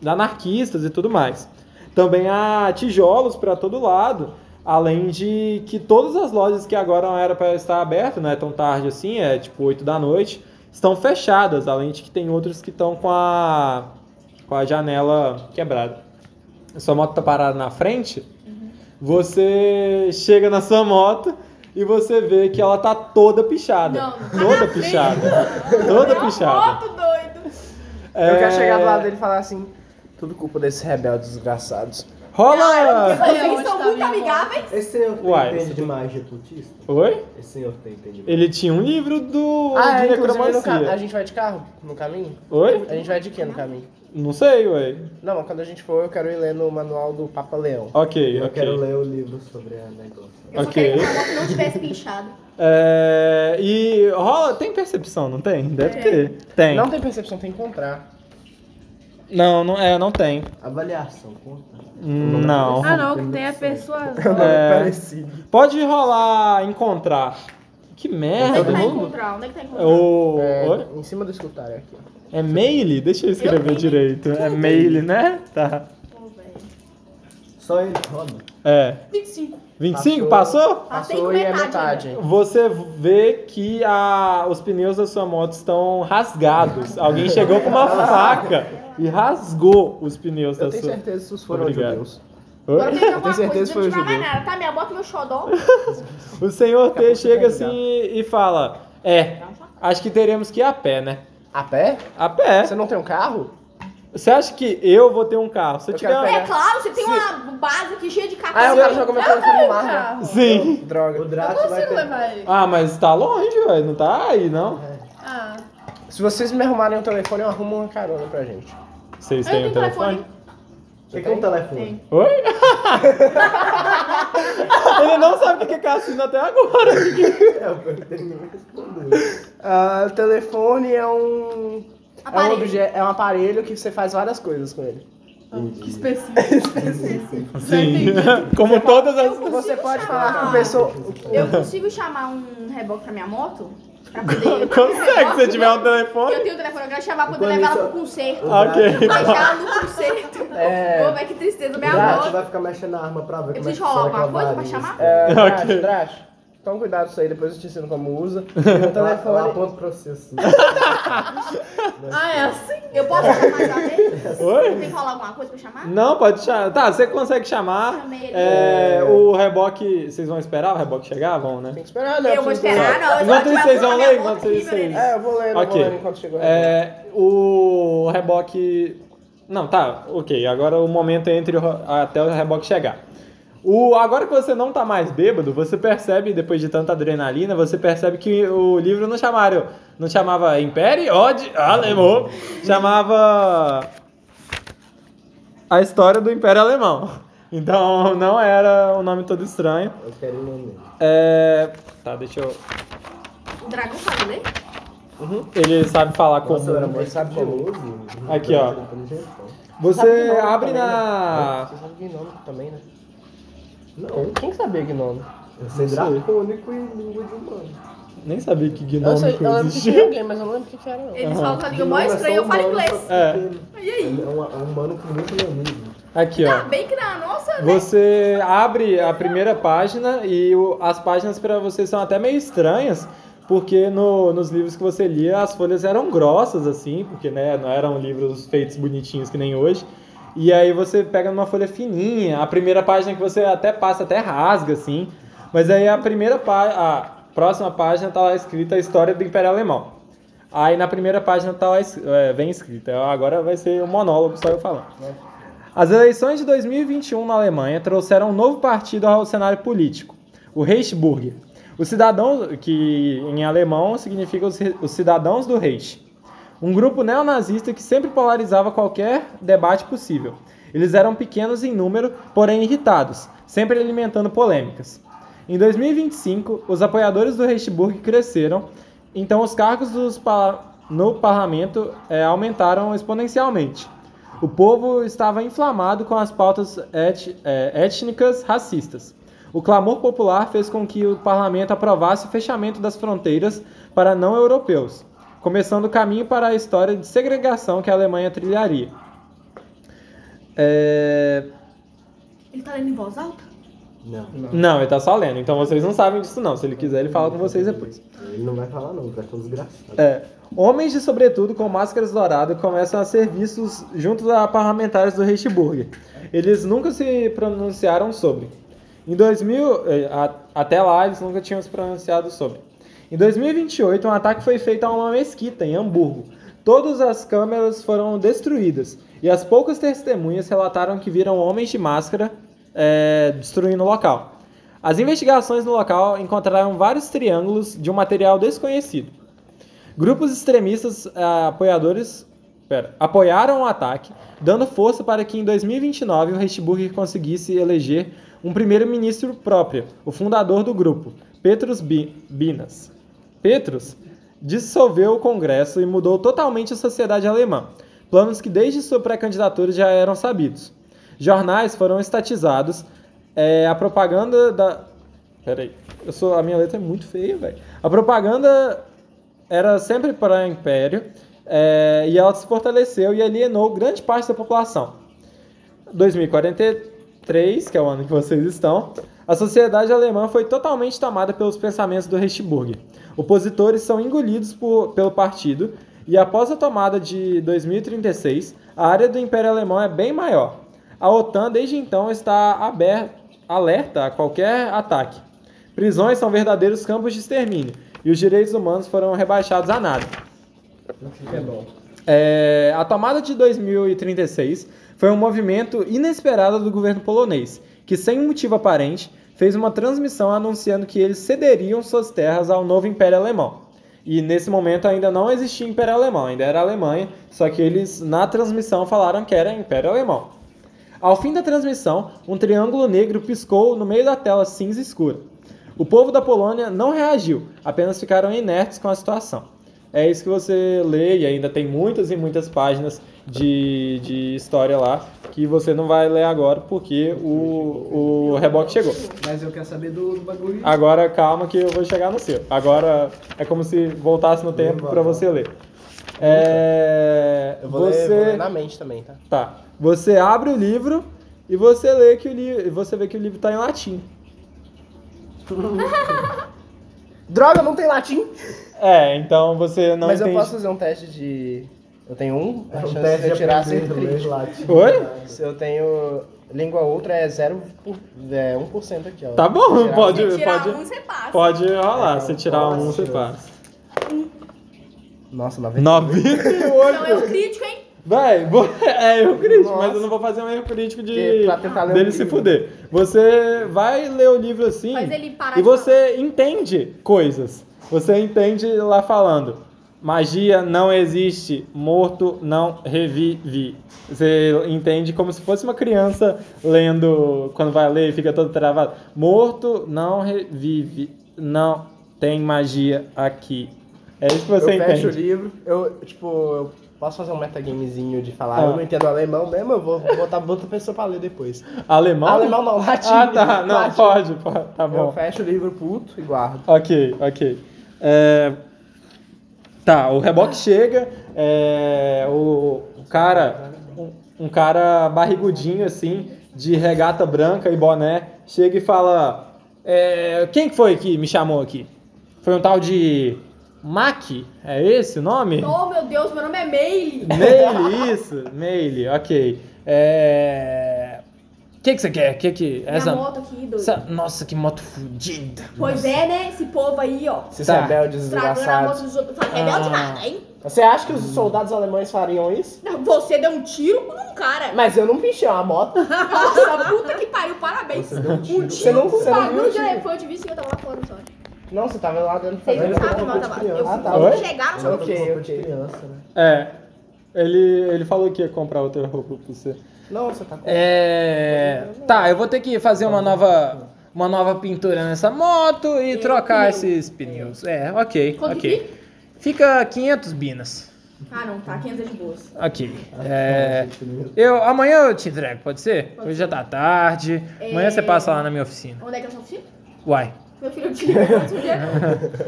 anarquistas e tudo mais. Também há tijolos para todo lado, além de que todas as lojas que agora não era para estar aberta, não é tão tarde assim, é tipo 8 da noite, estão fechadas, além de que tem outras que estão com a, com a janela quebrada. Sua moto tá parada na frente, você chega na sua moto e você vê que ela tá toda pichada. Não, não. Toda pichada. Toda pichada. Foto doido. Eu É. quero chegar do lado dele e falar assim: tudo culpa desses rebeldes desgraçados. Rola! É, Vocês onde são tá muito minha moto? amigáveis. Esse senhor tem Uai, entende esse- de magia cultista? Oi? Esse senhor tem entendimento. Ele tinha um livro do Ah, de é, inclusive no ca- a necromancia. gente vai de carro no caminho? Oi? A gente vai de quê no caminho? Não sei, ué. Não, quando a gente for, eu quero ir lendo o manual do Papa Leão. Ok, Eu quero ok. ler o livro sobre a negócio. Eu só Ok. queria que a moto não tivesse pinchado. É, e rola, tem percepção, não tem? Deve ter. Tem. Não tem percepção, tem que encontrar. Não, não, é, não tem. Avaliação, conta. Hum, Não. Ah, não, que tem a persuasão. É. Parecido. Pode rolar encontrar. Que Onde merda. é que tá não- encontrar? Onde é que tá encontrar? Ô, É, oi? em cima do escutário aqui. ó. É mail? Deixa eu escrever tenho. direito. É mail, né? Tá. Pô, velho. Só ele roda. É. 25. 25, Passou. passou? Passei Passou com e é metade, metade. né? hein? Você vê que a- os pneus da sua moto estão rasgados. Alguém chegou com uma faca e rasgou os pneus Eu da tenho sua. certeza que isso foram Obrigado. judeus. Agora Oi? tem alguma certeza coisa, que foi não tinha o mais judeu. nada, tá? Minha moto, meu xodó. O senhor Daqui a pouco T você chega vai assim e fala: É, acho que teremos que ir a pé, né? A pé? A pé. Você não tem um carro? Você acha que eu vou ter um carro? Se eu Eu tiver. quero um- pegar. É claro, você tem uma base aqui cheia de Ah, o capacete. cara jogou meu telefone no mar. né? Carro. Sim. O Droga. Eu Draco vai consigo ter... levar ele. Ah, mas tá longe, velho. Não tá aí, não. Ah, Se vocês me arrumarem um telefone, eu arrumo uma carona pra gente. Vocês Eu têm um tenho telefone. telefone? Você quer um telefone? Oi? Ele não sabe o que é cassino até agora. É, eu perguntei, ele não respondeu. Ah, o telefone é um. É um, Aparelho. obje... é um aparelho que você faz várias coisas com ele. que específico. Sim. Como todas as. Você pode chamar. falar com pessoa. Eu consigo chamar um reboque pra minha moto? Pra poder. Consegue, se você tiver um Eu telefone. tenho o telefone, eu quero chamar pra poder Enquanto levar isso, ela pro concerto. Ah. Ok. Deixar ela no concerto. É. Pô, velho, que tristeza. Minha Draco você moto. vai ficar mexendo na arma pra ver como é que preciso rolar será que alguma ela coisa pra chamar? vai É, É, Drash, Ok. Drash. Toma cuidado com isso aí, depois eu te ensino como usa. Tem um telefone. Lá, telefone. ponto processo. Ah, é assim? Eu posso chamar já dele? Oi? Tem que rolar alguma coisa pra chamar? Não, pode chamar. Tá, você consegue chamar. Chamei ele. É, o reboque. Vocês vão esperar o reboque chegar? Vão, né? Tem que esperar, né? Eu vou preciso- esperar, não. eu só Enquanto tiver vocês a vão minha ler, moto enquanto vocês- incrível nele. né? É, eu vou lendo, eu vou Ok. lendo enquanto chegou. É, o reboque. Não, tá, ok. Agora o momento é entre o ro- até o reboque chegar. O, agora que você não tá mais bêbado, você percebe, depois de tanta adrenalina, você percebe que o livro não chamaram. Não chamava Império Ode Alemão. Chamava. A história do Império Alemão. Então não era um nome todo estranho. Eu quero ir no meio. É. Tá, deixa eu. O dragão sabe né? ler? Ele sabe falar como. Nossa, eu era muito sabe famoso. Aqui, ó. Você abre né? na. Você sabe gnome também, né? Não, Quem sabia gnome? eu sei dracônico e língua de humano. Nem sabia que Eu, sei, gnômico eu lembro que tinha existia. alguém, mas eu não lembro o que que era. não. Eles falam essa língua mó estranha, eu um falo inglês. É. E aí? É um, é um humano com muito nanismo. Aqui, Tá ó. bem que na nossa, né? Você abre a primeira página e o- as páginas pra você são até meio estranhas, porque no- nos livros que você lia as folhas eram grossas assim, porque né, não eram livros feitos bonitinhos que nem hoje. E aí você pega numa folha fininha, a primeira página que você até passa, até rasga assim, mas aí a primeira pá- a próxima página tá lá escrita a história do Império Alemão. Aí na primeira página tá lá, es- é, vem escrita. Agora vai ser um monólogo só eu falando. As eleições de 2021 na Alemanha trouxeram um novo partido ao cenário político, o Reichsburger. Os cidadãos, que em alemão significa os, re- os cidadãos do Reich. Um grupo neonazista que sempre polarizava qualquer debate possível. Eles eram pequenos em número, porém irritados, sempre alimentando polêmicas. Em 2025, os apoiadores do Reichsburg cresceram, então os cargos dos pa- no parlamento eh, aumentaram exponencialmente. O povo estava inflamado com as pautas et- eh, étnicas racistas. O clamor popular fez com que o parlamento aprovasse o fechamento das fronteiras para não europeus, começando o caminho para a história de segregação que a Alemanha trilharia. É, Ele tá lendo em voz alta? Não. Não, ele tá só lendo, então vocês não sabem disso não. Se ele quiser, ele fala com vocês depois. Ele não vai falar, não, o cara é um desgraçado. É. Homens de sobretudo com máscaras douradas começam a ser vistos junto a parlamentares do Reichsburg. Eles nunca se pronunciaram sobre. Em 2000, eh, a- até lá eles nunca tinham se pronunciado sobre. Em 2028, um ataque foi feito a uma mesquita em Hamburgo. Todas as câmeras foram destruídas e as poucas testemunhas relataram que viram homens de máscara eh, destruindo o local. As investigações no local encontraram vários triângulos de um material desconhecido. Grupos extremistas ah, apoiadores pera, apoiaram o ataque, dando força para que em 2029 o Reichsburg conseguisse eleger um primeiro-ministro próprio, o fundador do grupo, Petrus Bi- Binas. Petrus dissolveu o Congresso e mudou totalmente a sociedade alemã, planos que desde sua pré-candidatura já eram sabidos. Jornais foram estatizados, eh, a propaganda da... Peraí, eu sou, a minha letra é muito feia, velho. A propaganda era sempre para o Império é, e ela se fortaleceu e alienou grande parte da população. 2043, que é o ano que vocês estão, a sociedade alemã foi totalmente tomada pelos pensamentos do Reichsburg. Opositores são engolidos por- pelo partido e após a tomada de 2036, a área do Império Alemão é bem maior. A OTAN desde então está aberta, alerta a qualquer ataque. Prisões são verdadeiros campos de extermínio e os direitos humanos foram rebaixados a nada. É bom. É, a tomada de 2036 foi um movimento inesperado do governo polonês, que, sem um motivo aparente, fez uma transmissão anunciando que eles cederiam suas terras ao novo Império Alemão. E nesse momento ainda não existia Império Alemão, ainda era Alemanha, só que eles na transmissão falaram que era Império Alemão. Ao fim da transmissão, um triângulo negro piscou no meio da tela cinza escura. O povo da Polônia não reagiu, apenas ficaram inertes com a situação. É isso que você lê, e ainda tem muitas e muitas páginas de, de história lá que você não vai ler agora porque o, o reboque chegou. Mas eu quero saber do, do bagulho. Agora calma que eu vou chegar no seu. Agora é como se voltasse no tempo para você ler. É, Eu vou, ler, vou você- ler na mente também, tá? Tá. Você abre o livro e você lê que o livro. Você vê que o livro tá em latim. Droga, não tem latim! É, então você não Mas eu entende. posso fazer um teste de. Eu tenho um, a É um chance teste de eu de tirar aprender acerto também, crítico. latim. Oi? Se eu tenho língua outra é 0 por, é 1% aqui, ó. Tá bom, Tirar. pode. Se tirar um, Pode, você passa. pode rolar. É, Se tirar um, posso. você passa. Nossa, 90. 98. Não é o crítico, hein? Vai, vo- é erro crítico, Nossa. mas eu não vou fazer um erro crítico de Porque pra tentar ler um dele se livro. fuder. Você vai ler o livro assim Faz ele parar e de você entende coisas. Você entende lá falando. Magia não existe, morto não revive. Você entende como se fosse uma criança lendo, quando vai ler e fica todo travado. Morto não revive, não tem magia aqui. É isso que Eu você fecho o entende. livro, eu, tipo, eu posso fazer um metagamezinho de falar, Ah. eu não entendo alemão mesmo, eu vou botar outra pessoa pra ler depois. Alemão? Alemão não, latim. Ah, tá. Não, Latim. pode, pode. Tá Eu bom. fecho o livro puto e guardo. Ok, ok. É, Tá, o reboque chega, é, o, o cara, um, um cara barrigudinho assim, de regata branca e boné, chega e fala: é, Quem que foi que me chamou aqui? Foi um tal de Mac? É esse o nome? Oh, meu Deus, meu nome é Meile. Meile, isso? Meile, ok. É. O que, que você quer? Que que... É, Essa... Minha moto aqui, doido. essa- Nossa, que moto fudida. Pois é, né? Esse povo aí, ó. Esses Tá. rebeldes Estragando a moto desgraçados. dos outros. Fala, rebelde Ah. nada, hein? é Você acha que os soldados alemães fariam isso? Não, Você deu um tiro num cara. Mas eu não pichei uma moto. Nossa, puta que pariu, parabéns. Você deu um tiro. Você não, Um você não viu? bagulho de tio? elefante, viu? Sim, eu tava lá fora, Tá só. Não, você tava lá dentro Vocês fazendo. não Mas eu sabem, tava não, eu tava. criança. Eu Ah, fui tá. quando Oi? chegaram, Ela só. tá Ok, com roupa ok. de criança, né? É. Ele, ele falou que ia comprar outra roupa pra você. Não, você tá com. É. Tá, eu vou ter que fazer uma nova. Uma nova pintura nessa moto e trocar esses pneus. É, ok, Quanto ok. Fica 500 binas. Ah, não, tá. 500 é de boas. Ok. um É, eu, amanhã eu te entrego, pode ser? Hoje já tá tarde. Amanhã É. você passa lá na minha oficina. Onde é que eu sou filho? Uai. Meu filho, eu te liguei outro dia.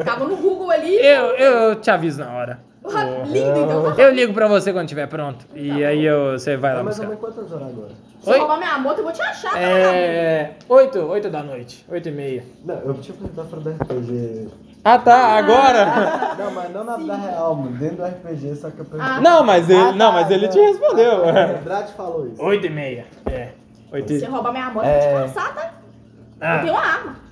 Tava no Google ali. Eu, eu te aviso na hora. Porra, lindo, então. tá? Eu ligo pra você quando tiver pronto. E aí eu, você vai lá mas amanhã buscar. quantas horas agora? Se eu Oi? roubar minha moto, eu vou te achar, tá? É. 8, 8 da noite. 8 e meia. Não, eu tinha perguntado fora do RPG. Ah tá, agora? Não, mas não na vida real, mano. Dentro do RPG, só que eu perguntei. Não, mas ele, Ah, tá, não, mas ele não. te respondeu. O Brad falou isso. 8 e meia. É. 8 Se e... eu roubar minha moto, É. eu vou te caçar, tá? Eu Ah, é. tenho uma arma.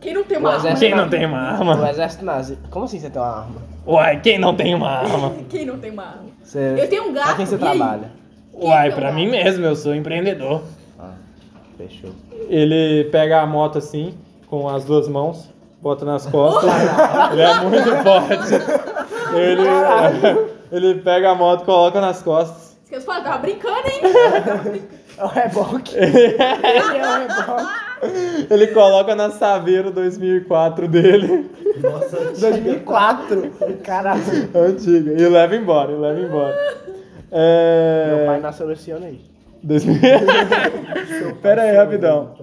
Quem não tem uma Mas arma? quem não tem uma arma? O exército nazi. Como assim você tem uma arma? Uai, quem não tem uma arma? Quem não tem uma arma? Você... Eu tenho um gato. Pra quem você e aí? trabalha? Uai, pra mim mesmo, eu sou empreendedor. Ah, fechou. Ele pega a moto assim, com as duas mãos, bota nas costas. ele é muito forte. Ele, ele pega a moto, coloca nas costas. Esqueci de falar, tava brincando, hein? É o reboque. ele é o reboque. Ele coloca na Saveiro 2004 dele, Nossa, 2004. Caralho. É antiga, e leva embora, e leva embora. Meu pai É... nasceu esse ano aí. 2000. Pera aí, rapidão.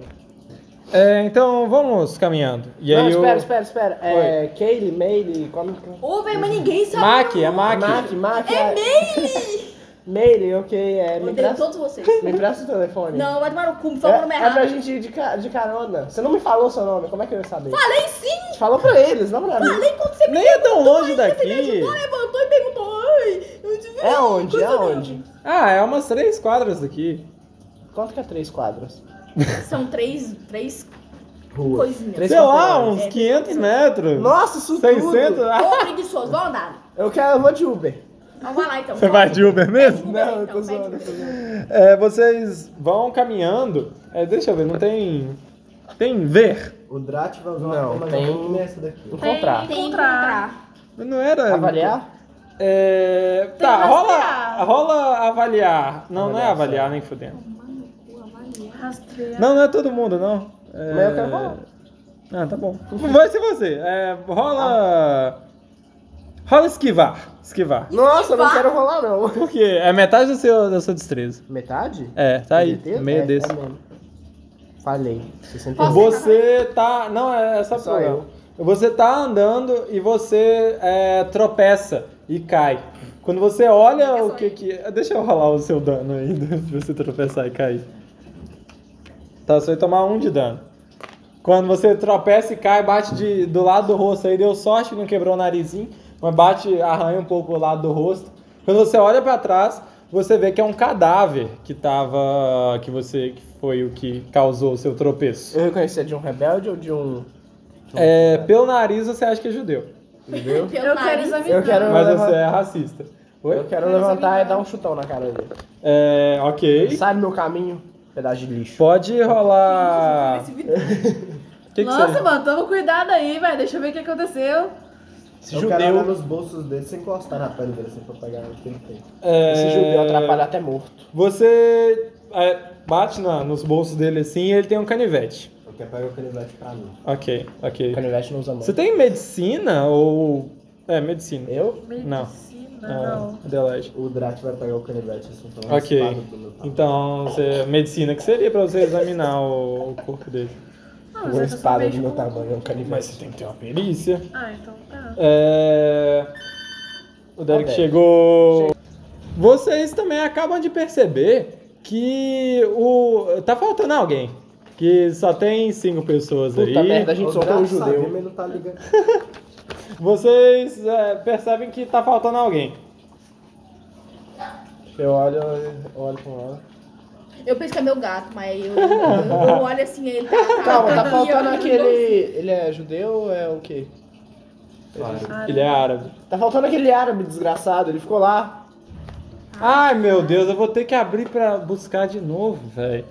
É, então, vamos caminhando. E tá. Não, aí o... espera, espera, espera. É Kaylee, Meile, como que é? Ô, velho, mas ninguém sabe. Mac, é Mac. Mac, Mac. É É Meire! Meile, ok. É, me, Odeio empresta, todos vocês. me empresta o telefone. Não, vai tomar no cu, me é, falou o nome é pra errado. gente ir de, ca- de carona. Você não me falou seu nome, como é que eu ia saber? Falei sim! Você falou pra eles, não pra mim. Falei quando você me Nem é tão longe Você me daqui. ajudou, levantou e perguntou. Ai, eu te vi. É onde? É Coisa onde? Ah, é umas três quadras daqui. Quanto que é três quadros? São três, três Rua. coisinhas. Três Sei lá, quadras. uns É, 500 metros. Nossa, isso 600? tudo. Ah, Ô, preguiçoso, vamos andar. Eu quero, eu vou de Uber. Então vai lá então. Você vai de Uber mesmo? Não, eu tô zoando. eu tô Uber. zoando. É, vocês vão caminhando. É, deixa eu ver, não tem. Tem ver. O Drat vai usar Não, uma tem- que nem essa daqui. Encontrar. Tem que Encontrar. Não era. Avaliar? É, tá, que rola, rastrear. rola avaliar. Não, não é Avaliação. avaliar, nem fudendo. Rastrear. Não, não é todo mundo, não. É... Mas eu quero rolar. Ah, tá bom. Vai ser você. É, rola. Rola esquivar. Esquivar. Nossa, eu não quero rolar não. Por quê? É metade do seu, da sua destreza. Metade? É, tá aí. PDT? Meio É, desse. é mesmo. Falei. 60 Posso- Então, Você tá. Não, é só, Só pra eu. Você tá andando e você é, tropeça e cai. Quando você olha o que que. Deixa eu rolar o seu dano ainda, de você tropeçar e cair. Tá, você vai tomar um de dano. Quando você tropeça e cai, bate de, do lado do rosto aí, deu sorte, não quebrou o narizinho, mas bate, arranha um pouco o lado do rosto. Quando você olha pra trás, você vê que é um cadáver que tava. que você. que foi o que causou o seu tropeço. Eu reconheci de um rebelde ou de um... É, pelo nariz você acha que é judeu, Entendeu? Pelo Eu quero nariz. examinar. Eu quero, mas levantar, você é racista. Oi? eu quero levantar e dar um chutão na cara dele. É, ok. Sai do meu caminho, pedaço de lixo. Pode rolar. Esse vídeo- O que, que Nossa, você. mano, toma cuidado aí, velho. Deixa eu ver o que aconteceu. Esse Eu quero olhar judeu, nos bolsos dele sem encostar na pele dele, assim, pra pegar o que ele tem. esse judeu atrapalha até morto. É, Você é, bate na- nos bolsos dele assim e ele tem um canivete. Eu quero pegar o canivete pra mim. Ok, ok. O canivete não usa mão. Você tem medicina ou. É, medicina. Eu? Não. Medicina, Ah, não. Adelaide. O Drat vai pegar o canivete, assim, então Ok. espada do meu pau. Então, você- medicina que seria pra você examinar o, o corpo dele. Ah, mas Uma eu só espada do vejo meu com- tamanho, é um canivete. Mas você tem que ter uma perícia. Ah, então tá. É... O Derek Ok. chegou. Vocês também acabam de perceber que o tá faltando alguém. Que só tem cinco pessoas Puta aí. merda, a gente O Drat soltou um sabe, judeu. mas não tá ligando. Vocês é, percebem que tá faltando alguém. Eu olho, eu olho com ela. Eu penso que é meu gato, mas eu, eu olho assim, ele tá. Calma, tá aqui, faltando ó. aquele... Ele é judeu ou é o quê? Claro. Ele é árabe. Tá faltando aquele árabe desgraçado, ele ficou lá. Ah. Ai meu Deus, eu vou ter que abrir pra buscar de novo, velho.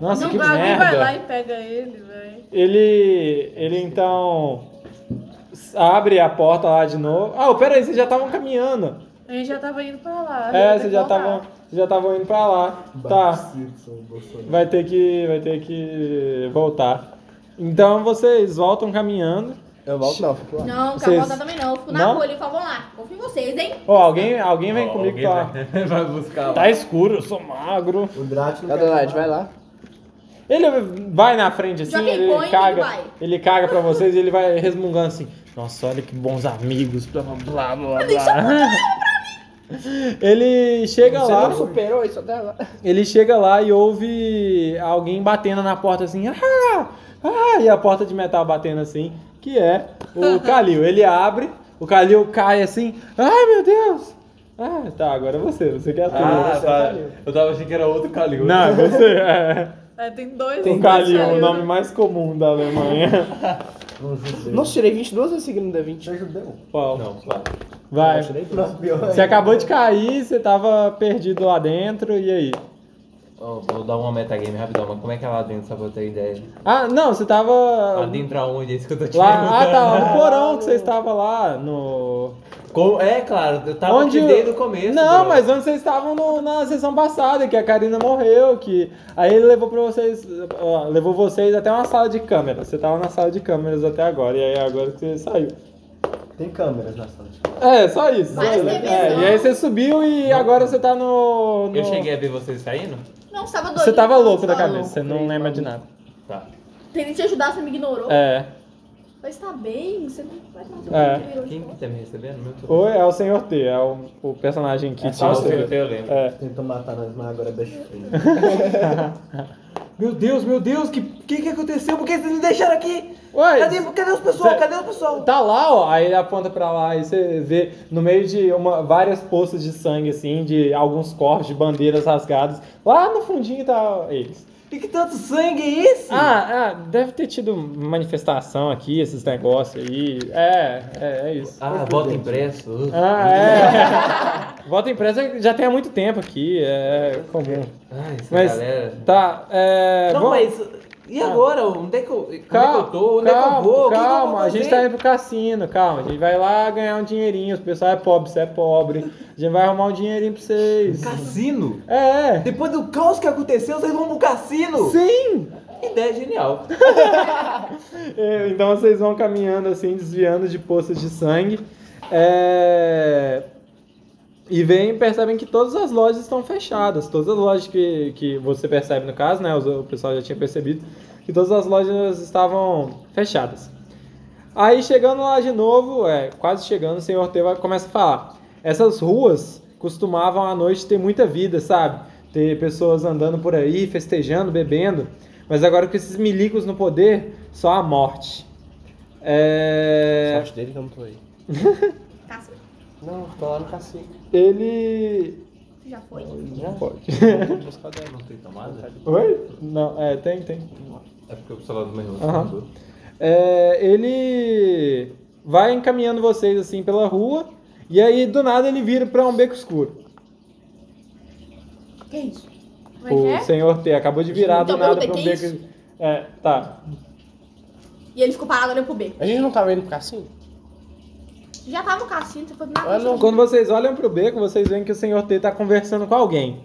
Nossa, não, que alguém vai lá merda. e pega ele, velho. Ele. Ele então. Abre a porta lá de novo. Ah, pera aí, vocês já estavam caminhando. A gente já tava indo pra lá. Tá É, você vocês já estavam já estavam indo pra lá. Tá. Bart Simpson, Bolsonaro. Vai ter que vai ter que voltar. Então vocês voltam caminhando Eu volto não, fico lá. Não, Vocês- quero voltar também não. Eu Fico na Não? rua ali, fala, vamos lá. Confio em vocês, hein? Ó, alguém, alguém vem Ó, comigo alguém tá. vai- Vai buscar lá. Tá escuro, eu sou magro. O Drat não Ô, quer Donald, falar. vai lá. Ele vai na frente assim, Joga em ele põe, caga. ele vai. Ele caga pra vocês e ele vai resmungando assim. Nossa, olha que bons amigos, blá blá blá blá. blá." Ele chega Você lá, não Ah, superou isso até lá. ele chega lá e ouve alguém batendo na porta assim, ah, ah, e a porta de metal batendo assim, que é o Kalil. Ele abre, o Kalil cai assim, ai meu Deus! Ah, tá, agora é você, você quer tudo. Ah, tá. Eu tava achando que era outro Calil. Não, é você é. É, tem dois. né? O Kalil, o nome mais comum da Alemanha. Um judeu. Nossa, tirei 22 vezes seguindo da 20. Você é judeu? Qual? Não, claro. Vai. Eu tirei dois. Pior Você ainda. acabou de cair, você tava perdido lá dentro, e aí? Ó, vou dar uma metagame rapidão, mas como é que é lá dentro, só pra eu ter ideia? Ah, não, você tava. Lá dentro aonde? É isso que eu tô te Lá, ah, tá, lá no perguntando. porão que você estava lá, no. Como- É, claro, eu tava Onde aqui o- desde o começo. Não, bro. mas onde vocês estavam no- na sessão passada, que a Karina morreu, que. Aí ele levou pra vocês. ó, levou vocês até uma sala de câmeras. Você tava na sala de câmeras até agora, e aí agora que você saiu. Tem câmeras na sala. É, só isso. Mas só isso. teve É, visão. e aí você subiu e agora você tá no. no- Eu cheguei a ver vocês caindo? Não, você tava doido. então, Você tava louco da Você tava cabeça, você não lembra de nada. Tá. louco. Tentei te ajudar, você me ignorou. É. Mas tá bem, você não vai fazer É. o que eu Quem que tá me recebendo? Meu Deus. Oi, é o Senhor T, é o, o personagem que Ah, tinha. o seu eu lembro. É. Tentam matar nós, mas agora é bicho feio. Meu Deus, meu Deus, que que, que aconteceu? Por que vocês me deixaram aqui? Ué, cadê os Cê- Cadê os pessoal? tá lá, ó. Aí ele aponta pra lá e você vê no meio de uma, várias poças de sangue, assim, de alguns corpos, de bandeiras rasgadas. Lá no fundinho tá eles. E que tanto sangue é esse? Ah, ah, deve ter tido manifestação aqui, esses negócios aí. É, é, é isso. Ah, bota impresso. Ah, é. Volta impressa já tem há muito tempo aqui, é comum. Ai, essa Mas- galera. Tá, é. Não, vamos- mas e agora? Onde é que eu, onde é que eu tô? Onde é que calma, eu vou? O que que eu vou calma, a gente tá fazer? indo pro cassino, calma. A gente vai lá ganhar um dinheirinho. O pessoal é pobre, você é pobre. A gente vai arrumar um dinheirinho pra vocês. Cassino? É, Depois do caos que aconteceu, vocês vão pro cassino? sim! Ideia genial. É, Então vocês vão caminhando assim, desviando de poças de sangue. É, E vem percebem que todas as lojas estão fechadas. Todas as lojas que, que você percebe no caso, né? os- O pessoal já tinha percebido que todas as lojas estavam fechadas. Aí chegando lá de novo, é, quase chegando, o senhor T vai- começa a falar. Essas ruas costumavam à noite ter muita vida, sabe? Ter pessoas andando por aí, festejando, bebendo. Mas agora com esses milicos no poder, só a morte. É... Sorte dele que eu não tô aí. Caça, Não, tô lá no cacique. Ele. você já foi. Já Pode. Não tem tomada? Oi? Não, é, tem, tem. É porque o celular do meu tá irmão Aham. mudou. É, ele vai encaminhando vocês assim pela rua e aí do nada ele vira pra um beco escuro. Que isso? Como é que O é? senhor T acabou de virar do Então, nada perguntei, pra um que beco. É, tá. E ele ficou parado olhando pro beco. A gente não tava indo pro cassino? Você Já tava no cassino, você foi na Ah, não. Quando vocês olham pro beco, vocês veem que o senhor T tá conversando com alguém.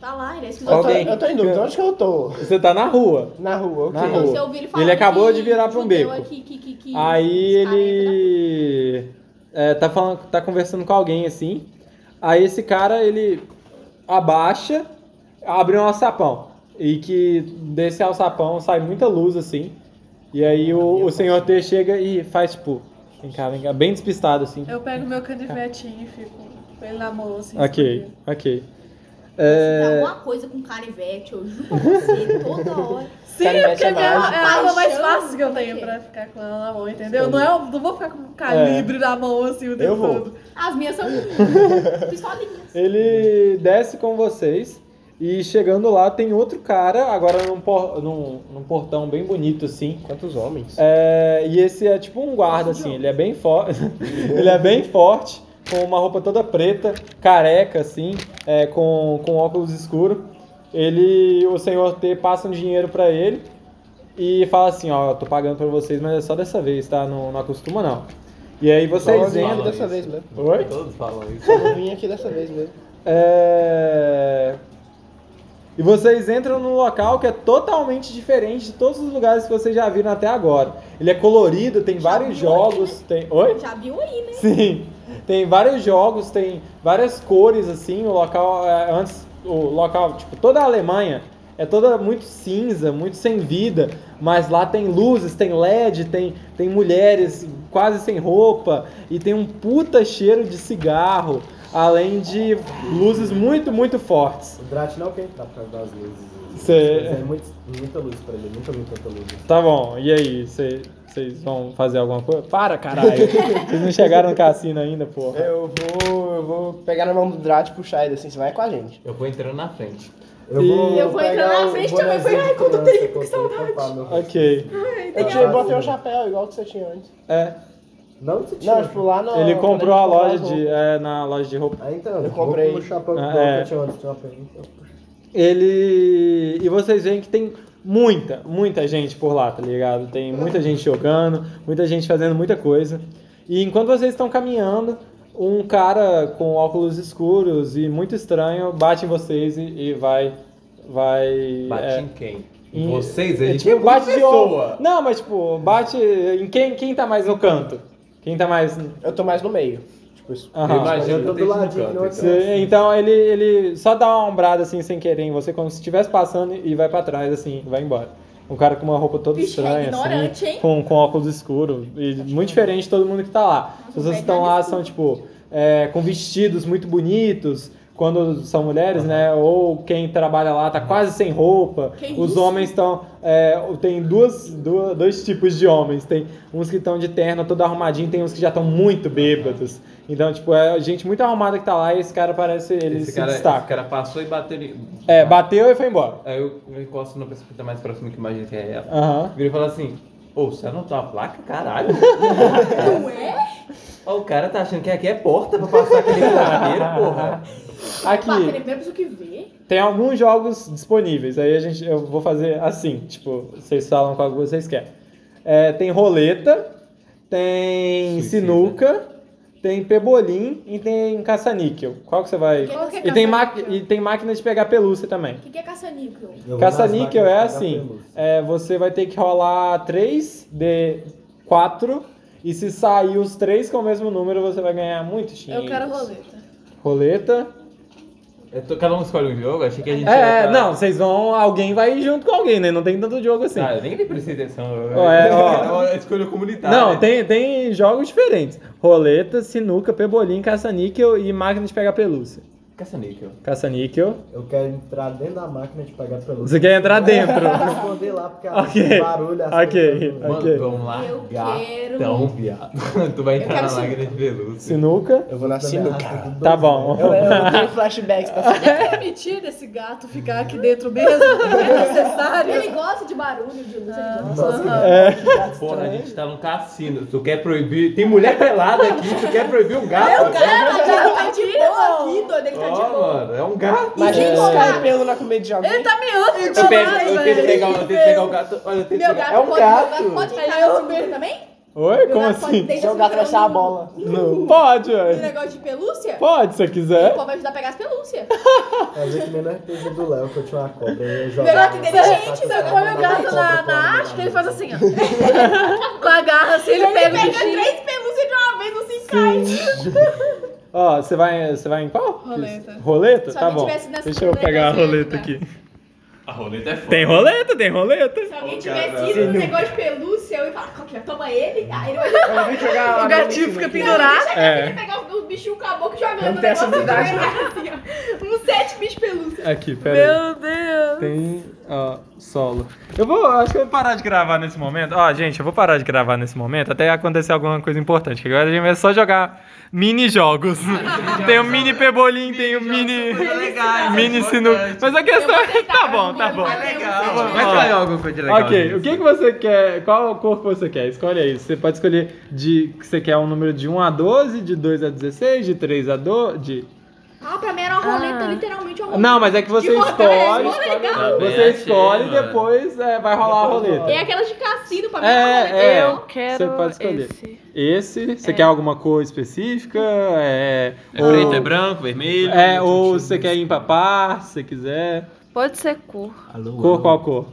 Tá lá, ele é esquisito. Eu tô, Alguém. eu tô em dúvida. Onde que eu tô? Você tá na rua. Na rua, ok. Na rua. Então, Você ouviu ele falando Ele acabou que de virar pra um judeu beco. é que- que- que- que- Aí escareta, né? ele é, tá falando, tá conversando com alguém assim. Aí esse cara ele abaixa, abre um alçapão e que desse alçapão sai muita luz assim. E aí o, o senhor T chega e faz tipo, vem cá, vem cá, bem despistado assim. Eu pego meu canivetinho e fico com ele na mão, assim. Ok, ok. é- Você tem alguma coisa com carivete, eu juro pra você, toda hora. Sim, Canivete porque é é, minha, mágico. é a arma mais Paixão, fácil que eu por tenho quê? pra ficar com ela na mão, entendeu? Não, é, o- não vou ficar com um calibre É. na mão assim o tempo Eu vou. todo. As minhas são pistolinhas. Ele desce com vocês e chegando lá tem outro cara agora num, por- num- num portão bem bonito assim. Quantos homens? É, e esse é tipo um guarda, assim, ele é bem forte. ele é bem forte, com uma roupa toda preta, careca, assim, é, com, com óculos escuro. Ele. O senhor T passa um dinheiro pra ele e fala assim, ó, eu tô pagando pra vocês, mas é só dessa vez, tá? Não, não acostuma não. E aí vocês Todos vêm- vêm entram. dessa vez mesmo. né? Oi? Todos falam isso. Eu vim aqui dessa vez mesmo. É, E vocês entram num local que é totalmente diferente de todos os lugares que vocês já viram até agora. Ele é colorido, tem vários viu aqui, jogos, tem. Oi? Já viu aí, né? Sim. Tem vários jogos, tem várias cores, assim, o local. é, Antes. O local, tipo, toda a Alemanha é toda muito cinza, muito sem vida. Mas lá tem luzes, tem LED, tem, tem mulheres quase sem roupa e tem um puta cheiro de cigarro. Além de luzes muito, muito fortes. O Drat não quer entrar por causa das luzes. Cê- Mas É muito- muita luz pra ele, nunca vi tanta luz. Tá bom, e aí, vocês vão fazer alguma coisa? Para, caralho! Vocês não chegaram no cassino ainda, porra. Eu vou, eu vou pegar na mão do Drat e puxar ele assim, você vai com a gente. Eu vou entrando na frente. Eu E- vou, Eu vou entrar pegar na o frente também, eu falei, ai, bonezinho quando tem, criança que eu comprei pra meu- Ok. Eu te botei um chapéu igual que você tinha antes. É, Não, você tinha. Não, tipo, lá na. Então, ele quando comprou a comprou loja as de. roupas. É, na loja de roupa. Ah, então, Eu comprei. O chapéu Ah, que é. eu tinha antes, tinha uma pergunta. Ele. E vocês veem que tem muita, muita gente por lá, tá ligado? Tem muita gente jogando, muita gente fazendo muita coisa. E enquanto vocês estão caminhando, um cara com óculos escuros e muito estranho bate em vocês e, e vai. Vai. é, Bati em quem? Em- Em vocês? Ele É, tipo bate de pessoa. ombro. Não, mas tipo, bate em quem, quem tá mais no canto. Quem tá mais. Eu tô mais no meio. Tipo, isso. Aham. Eu imagino Eu tô do desde o ladinho, canto, não é então. Cê- então ele, ele só dá uma ombrada assim sem querer em você, como se estivesse passando e vai pra trás, assim, vai embora. Um cara com uma roupa toda Bicho, é estranha, ignorante, assim, hein? com, com óculos escuros, e muito diferente de todo mundo que tá lá. As pessoas que estão lá são, tipo, é, com vestidos muito bonitos, quando são mulheres, né? Ou quem trabalha lá tá quase sem roupa. Que Os isso? homens estão. é, tem duas, duas- dois tipos de homens. Tem uns que estão de terno, todo arrumadinho, tem uns que já estão muito bêbados. Então, tipo, é gente muito arrumada que tá lá e esse cara parece. Ele se Esse cara, é esse destaca. cara passou e bateu ele. É, bateu e foi embora. Aí eu, eu encosto na pessoa que tá mais próxima que imagina que é ela. Aham. Vira e fala assim: Ô, você anotou a placa? Caralho. Não é? Ó, o cara tá achando que aqui é porta pra passar aquele carneiro, porra. Aqui. Pá, que nem a pessoa que vê. Tem alguns jogos disponíveis, aí a gente, eu vou fazer assim, tipo, vocês falam qual que vocês querem. É, tem roleta, tem Suicida. sinuca, tem pebolim e tem caça-níquel. Qual que você vai... Que- Qual que é E tem, ma... caça-níquel? e tem máquina de pegar pelúcia também. O que, que é caça-níquel? Eu vou Caça-níquel nas é máquinas pegar assim, pelúcia. é, você vai ter que rolar 3 de 4 e se sair os três com o mesmo número, você vai ganhar muito dinheiro. Eu quero roleta. Roleta... Eu tô- cada um escolhe um jogo, achei que a gente É, ia pra- não, vocês vão. Alguém vai junto com alguém, né? Não tem tanto jogo assim. Ah, eu nem prestei atenção. Eu, Ó, é, ó. eu escolho comunitário. não, tem, tem jogos diferentes: roleta, sinuca, pebolim, caça-níquel e máquina de pegar pelúcia. Caça-níquel. Caça-níquel. Eu quero entrar dentro da máquina de pegar pelúcia. Você quer entrar dentro? Eu vou esconder lá porque Ok. o barulho as Ok. coisas- Mano, Ok. vamos lá. Eu quero- Gatão, viado. tu vai entrar quero na máquina de pelúcia. sinuca. Eu vou na sinuca. Tá né? bom. Eu, eu tenho flashbacks da sinuca. Permitir É esse gato ficar aqui dentro mesmo? É necessário? Ah, Ele gosta de barulho, de luz, ele gosta. Porra, a gente tá num cassino. Tu quer proibir. Tem mulher pelada aqui, tu quer proibir um gato? Cara, ele tá de boa aqui, doido, ele tá de Ó, boa. mano, é um gato. Mas quem gente coloca? cai pelo na comida de alguém. Ele tá meando demais, Eu, pego, eu tento velho. pegar, eu tento pegar o gato. Olha, eu tento Meu pegar. gato, É um pode, gato. meu gato pto Aí entrar eu na sinuca também? Oi? Meu Como gato pode assim? deitar Seu na gato vai achar a sinuca. bola. Não. Pode, Esse ué. um negócio de pelúcia? Pode, se quiser. O pô vai ajudar a pegar as pelúcias. Fazer que nem no RPG do Léo, que eu tinha uma cobra. Eu Meu gato jogava. inteligente, Você é meu põe o gato na, na haste, ele faz assim, ó. Com a garra, assim, ele, Ele pega o pega bichinho. três pelúcias de uma vez, assim, não se encaixa. Ó, você vai, você vai em qual? Roleta. Roleta? Só tá que bom. tivesse nessa Deixa eu roleta pegar a aí, roleta né? aqui. A roleta é foda. Tem roleta, tem roleta. Se alguém Ô, tivesse cara, ido no negócio de pelúcia, eu ia falar, "Qual que é? toma ele, aí ele vai jogar. Eu vou jogar O gatinho fica pendurado. É. É. Ele pegar os bichinhos com a boca e jogando. Eu não o tenho essa negócio habilidade, e jogar assim, ó. Uns sete bichos pelúcia. Aqui, pera aí. Meu Deus. Tem, ó, solo. Eu vou, acho que eu vou parar de gravar nesse momento. Ó, gente, eu vou parar de gravar nesse momento até acontecer alguma coisa importante. Que agora a gente vai só jogar mini jogos. tem o mini pebolim, tem o mini legais, mini sinuca. Mas a questão é, tá bom, tá bom. Legal, Vamos vai lá. trazer alguma coisa de legal. Ok, gente. o que, que você quer? Qual cor que você quer? Escolhe aí. Você pode escolher de que você quer um número de 1 a 12, de 2 a 16, de 3 a 12, de Ah, pra mim era uma roleta, literalmente uma roleta. Não, mas é que você De rodar, é escolhe. mó legal. Também Você achei, escolhe e mano. depois é, vai rolar a roleta. É aquelas de cassino, pra mim era uma roleta. É, é. Eu quero Você pode escolher. esse. Esse, você quer alguma cor específica? É, É preto, é branco, vermelho. É, ou você quer ir pra par, se você quiser. Pode ser cor. Alô, Cor, qual cor?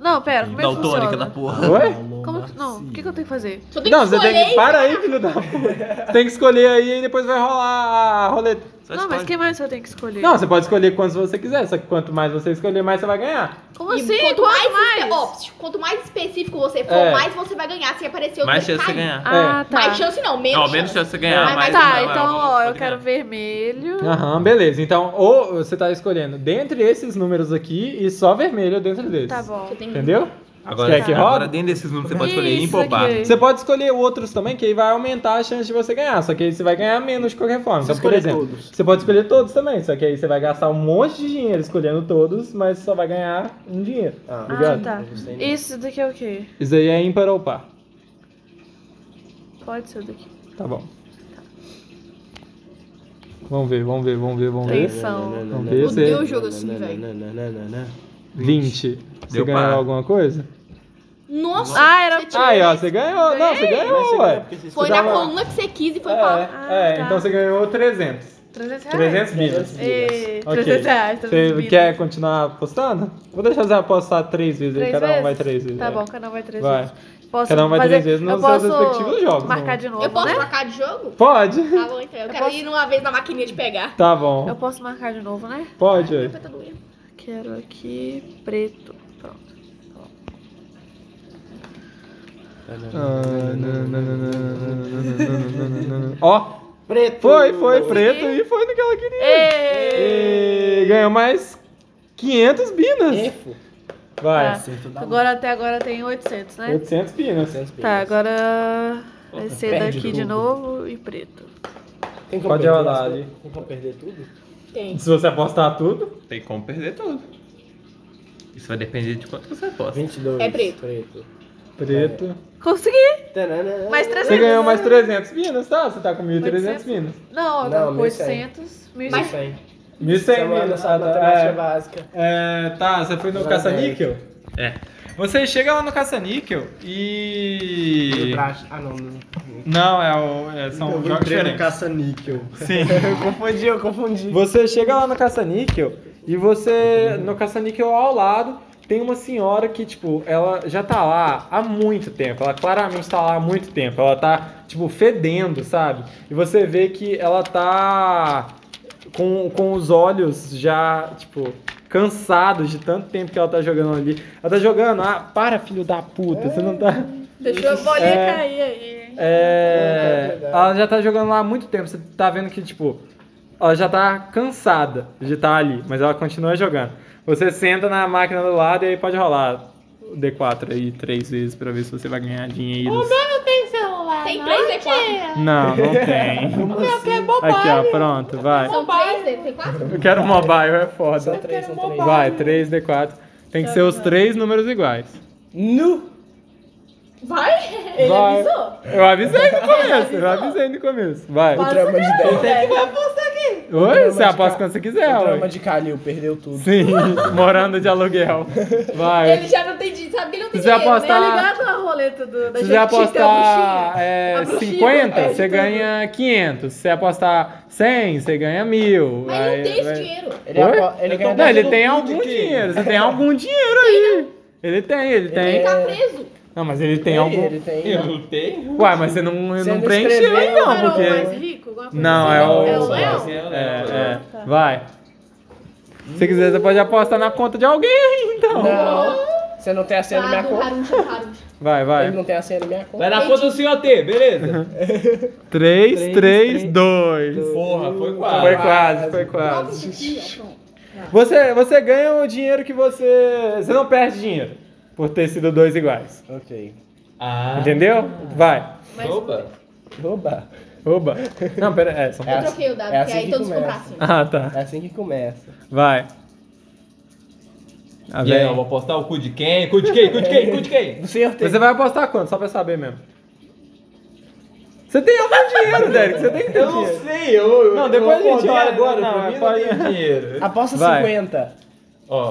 Não, pera, como é que Daltônica da funciona? porra. Oi? Como que... Não, o que, que eu tenho que fazer? Só tem que Não, você escolher. tem que. Para aí, filho da puta. Tem que escolher aí e depois vai rolar a roleta. Só não, mas escolhe. quem mais eu tenho que escolher? Não, você pode escolher quantos você quiser, só que quanto mais você escolher, mais você vai ganhar. Como E assim? quanto Quanto mais, mais? espe- ó, quanto mais específico você for, É. mais você vai ganhar. Se aparecer outro, Mais vai chance de você cair. ganhar. Ah, tá. Mais chance não, menos não, menos chance de você ganhar. Vai, mais tá, não, é, então, vamos- ó, eu pode quero ganhar. vermelho. Aham, beleza. Então, ou você tá escolhendo dentre esses números aqui e só vermelho dentro deles. Tá bom. Entendeu? Agora, Quer que roda? agora dentro desses números você pode escolher Isso empopar. aqui. Você pode escolher outros também, que aí vai aumentar a chance de você ganhar. Só que aí você vai ganhar menos de qualquer forma. Então, por escolher exemplo, todos. você pode escolher todos também. Só que aí você vai gastar um monte de dinheiro escolhendo todos, mas só vai ganhar um dinheiro. Ah, Obrigado. Ah, tá. Isso daqui é o quê? Isso aí é ímpar ou par. Pode ser daqui. Tá bom. Vamos ver, vamos ver, vamos ver, vamos ver. Atenção. Vamos ver Odeio se jogo assim, velho. 20. Você Deu par. ganhou alguma coisa? Nossa, Ah, era você tirou Aí, ó, esse. você ganhou. Não, você ganhou, ué. Foi Você na tava- coluna que você quis e foi pra. É, Ah, é, tá. É. então você ganhou 300. 300 reais? 300 milhas. Ei, Ok. 300 reais. 300 Você mil. quer continuar apostando? Vou deixar você apostar três vezes aí, Três cada um vezes? vai três vezes. Tá é. bom, cada um vai três Vai. vezes. Posso Cada um vai fazer- três vezes nos eu seus posso respectivos jogos, Marcar não. de novo, Eu posso né? trocar de Hum. jogo? Pode? Tá bom, então. Eu, quero posso- ir uma vez na maquininha de pegar. Tá Tá bom. Eu posso marcar de novo, né? Pode, ué. Quero aqui preto. Pronto. Ah, Ó, Preto. foi, foi preto e foi no que ela queria. E ganhou mais 500 pinas. Efo. Vai. Tá. Agora até agora tem 800, né? 800 pinas. Tá, agora vai ser perde daqui de novo e preto. Tem Pode perder rodar as- ali. Tem como perder tudo? Tem. Se você apostar tudo, Tem como perder tudo. Isso vai depender de quanto você aposta. 22. É preto. Preto. preto. Consegui! Tanana. Mais Você 300. ganhou mais 300 pinas, tá? Você tá com 1.300 pinas. Não, agora Não, com 1100. 800. mil- Isso aí. 1.100 Chamada minas. essa Ah, matemática tá. básica. É, é, tá, você foi no Vai, caça-níquel? É. Você chega lá no caça-níquel e... Braço. Ah, não. não. Não, é o... é, são jogos diferentes. caça-níquel. Sim. Confundi, eu confundi. Você chega lá no caça-níquel e você. No caça-níquel ao lado tem uma senhora que, tipo, ela já tá lá há muito tempo. Ela claramente tá lá há muito tempo. Ela tá, tipo, fedendo, sabe? E você vê que ela tá com, com os olhos já, tipo. Cansados de tanto tempo que ela tá jogando ali. Ela tá jogando, ah, para filho da puta, você não tá. Deixou a bolinha É. cair aí, hein? É, É, é ela já tá jogando lá há muito tempo. Você tá vendo que, tipo, ela já tá cansada de estar ali, mas ela continua jogando. Você senta na máquina do lado e aí pode rolar o D4 aí três vezes pra ver se você vai ganhar dinheiro. Tem 3 D4. Não, não tem. Aqui, ó, pronto, vai. São 3 D4? Eu quero um mobile, é São foda. três, são um três. Vai, 3 D4. Tem Tá que ser os três números iguais. Nu. Vai? Ele Vai. avisou? Eu avisei no começo, eu avisei no começo. Vai. O drama de Oi, você de aposta ca- quando você O quiser, ué. drama de Kalil perdeu tudo. Sim, morando de aluguel. Vai. Ele já não tem dinheiro. Sabe que ele não tem Se você dinheiro, né? Tá apostar, ligado a roleta do, da se gente você apostar A é, bruxinha. 50, É, de você tudo. ganha 500. Se você apostar 100, você ganha 1000. Mas ele Aí, não tem esse vai- dinheiro. Ele, Oi? apo- ele ganha Não, ele tudo tem de algum quem? dinheiro. Você tem algum dinheiro aí. Ele tem, ele Ele tem. tá preso. Não, mas ele tem Ele- algum. Ele tem. não tenho. Uai, mas você não, Você não não preencheu escreveu. aí, Não, não, era o mais porque. rico? alguma coisa Não, assim? é o. É o Léo? É, é. Vai. Se você quiser, você pode apostar na conta de alguém aí, então. Não. Você não tem a senha da minha Ah, do conta? Harun Shaharun. Vai, vai. Ele não tem a senha da minha Vai conta. na conta do senhor T, Uhum. beleza? 3, 3, 2. Porra, foi Foi quase. quase, foi quase. Você, você ganha o dinheiro que você. Você não perde dinheiro por ter sido dois iguais. Ok. Ah. Entendeu? Vai. Opa. Oba. Oba. Não, pera. É, só... É Eu assim- troquei o dado, é porque assim aí que todos ficam pra começa. cima. Ah, tá. É assim que começa. Vai. Tá Ah, E aí, eu velho. vou apostar o cu de quem? Cu de quem? Cu de quem? Cu de quem? Do senhor tem. Você vai apostar quanto? Só pra eu saber mesmo. Você tem algum dinheiro, Derek? Você tem que ter dinheiro. sei, eu. Não, depois a gente olha. Não, pra mim não é pode- tem dinheiro. Aposta Vai. 50. Ó,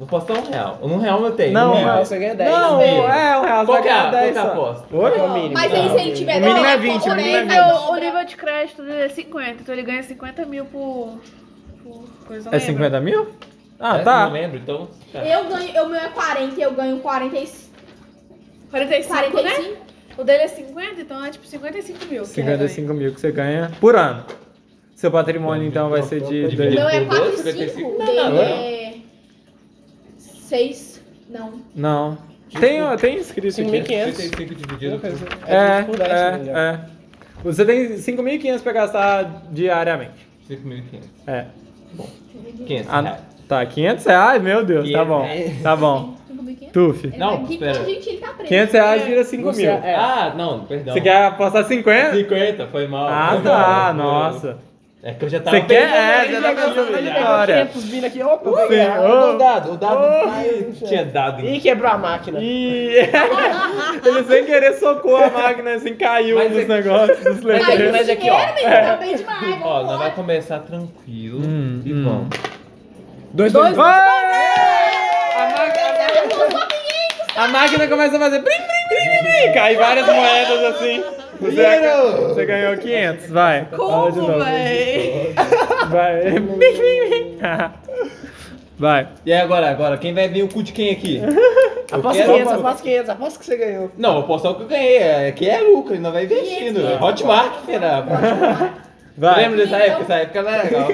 vou apostar um real. Um real eu tenho. Não, um Um real. real, você ganha 10. Não, é, o real. Qual vai que é a- ganhar qual 10 que é a só. aposta? Oi? É o mínimo. Mas aí se ele tiver O mínimo é dez, 20, o o mínimo é dez vai Aí o- o dobrar. nível de crédito dele é 50, então ele ganha 50 mil por. por coisa, não É lembro. 50 mil? Ah, É, tá. Não lembro, então. Eu ganho, eu, meu é 40 e eu ganho 40, e- 45, né? 45. O dele é 50, então é tipo 55 mil. 55 mil que você ganha por ano. Seu patrimônio, então, vai ser de... Dividido de- Meu é por 4 dois, e 5. 55. O Não, dele não é é 6. Não. Não. Tem, tem escrito aqui. 5.500. 55 dividido por... É, por 10, se não me engano. é, é. Você tem 5.500 pra gastar diariamente. 5.500. É. 500 Ah, reais. tá, 500 reais? Meu Deus, tá bom. Tá bom. 5.500. Tuf. É, Não, aqui pera. a gente ele tá preso. 500 reais vira 5 Você- mil. é. Ah, não, perdão. Você quer apostar 50? 50, foi mal. Ah, Foi mal. tá. Eu- Nossa. É que eu já tava... Você quer? É, Ele você tá já gastou, gastando ele de pegou vitória. 500 vindo aqui, opa, Sim, peguei. Cadê o ô. dado? O dado Oh. que tinha dado. Ih, quebrou a máquina. Ih, ele sem querer socou a máquina, assim, caiu Mas nos é- negócios, dos Caiu, letreiros. mas aqui, ó. Tá bem demais, vamos Ó, nós embora. vai começar tranquilo Hum, e hum. vamos. Dois, Vai! dois, dois. A máquina, a máquina começa a fazer brim, brim, brim, brim, brim. Cai várias moedas assim. Você, você ganhou 500, vai. Fala Ah, de novo. véi? Vai. Brim, brim, brim. Vai. E aí, agora, agora, quem vai ver o cu de quem aqui? Eu Aposta quero- 500, aposta 500, aposta que você ganhou. Não, eu posso o que eu ganhei. É, aqui é lucro, não vai investindo. Hotmart, será? Vai. Lembra dessa época? Essa época era legal.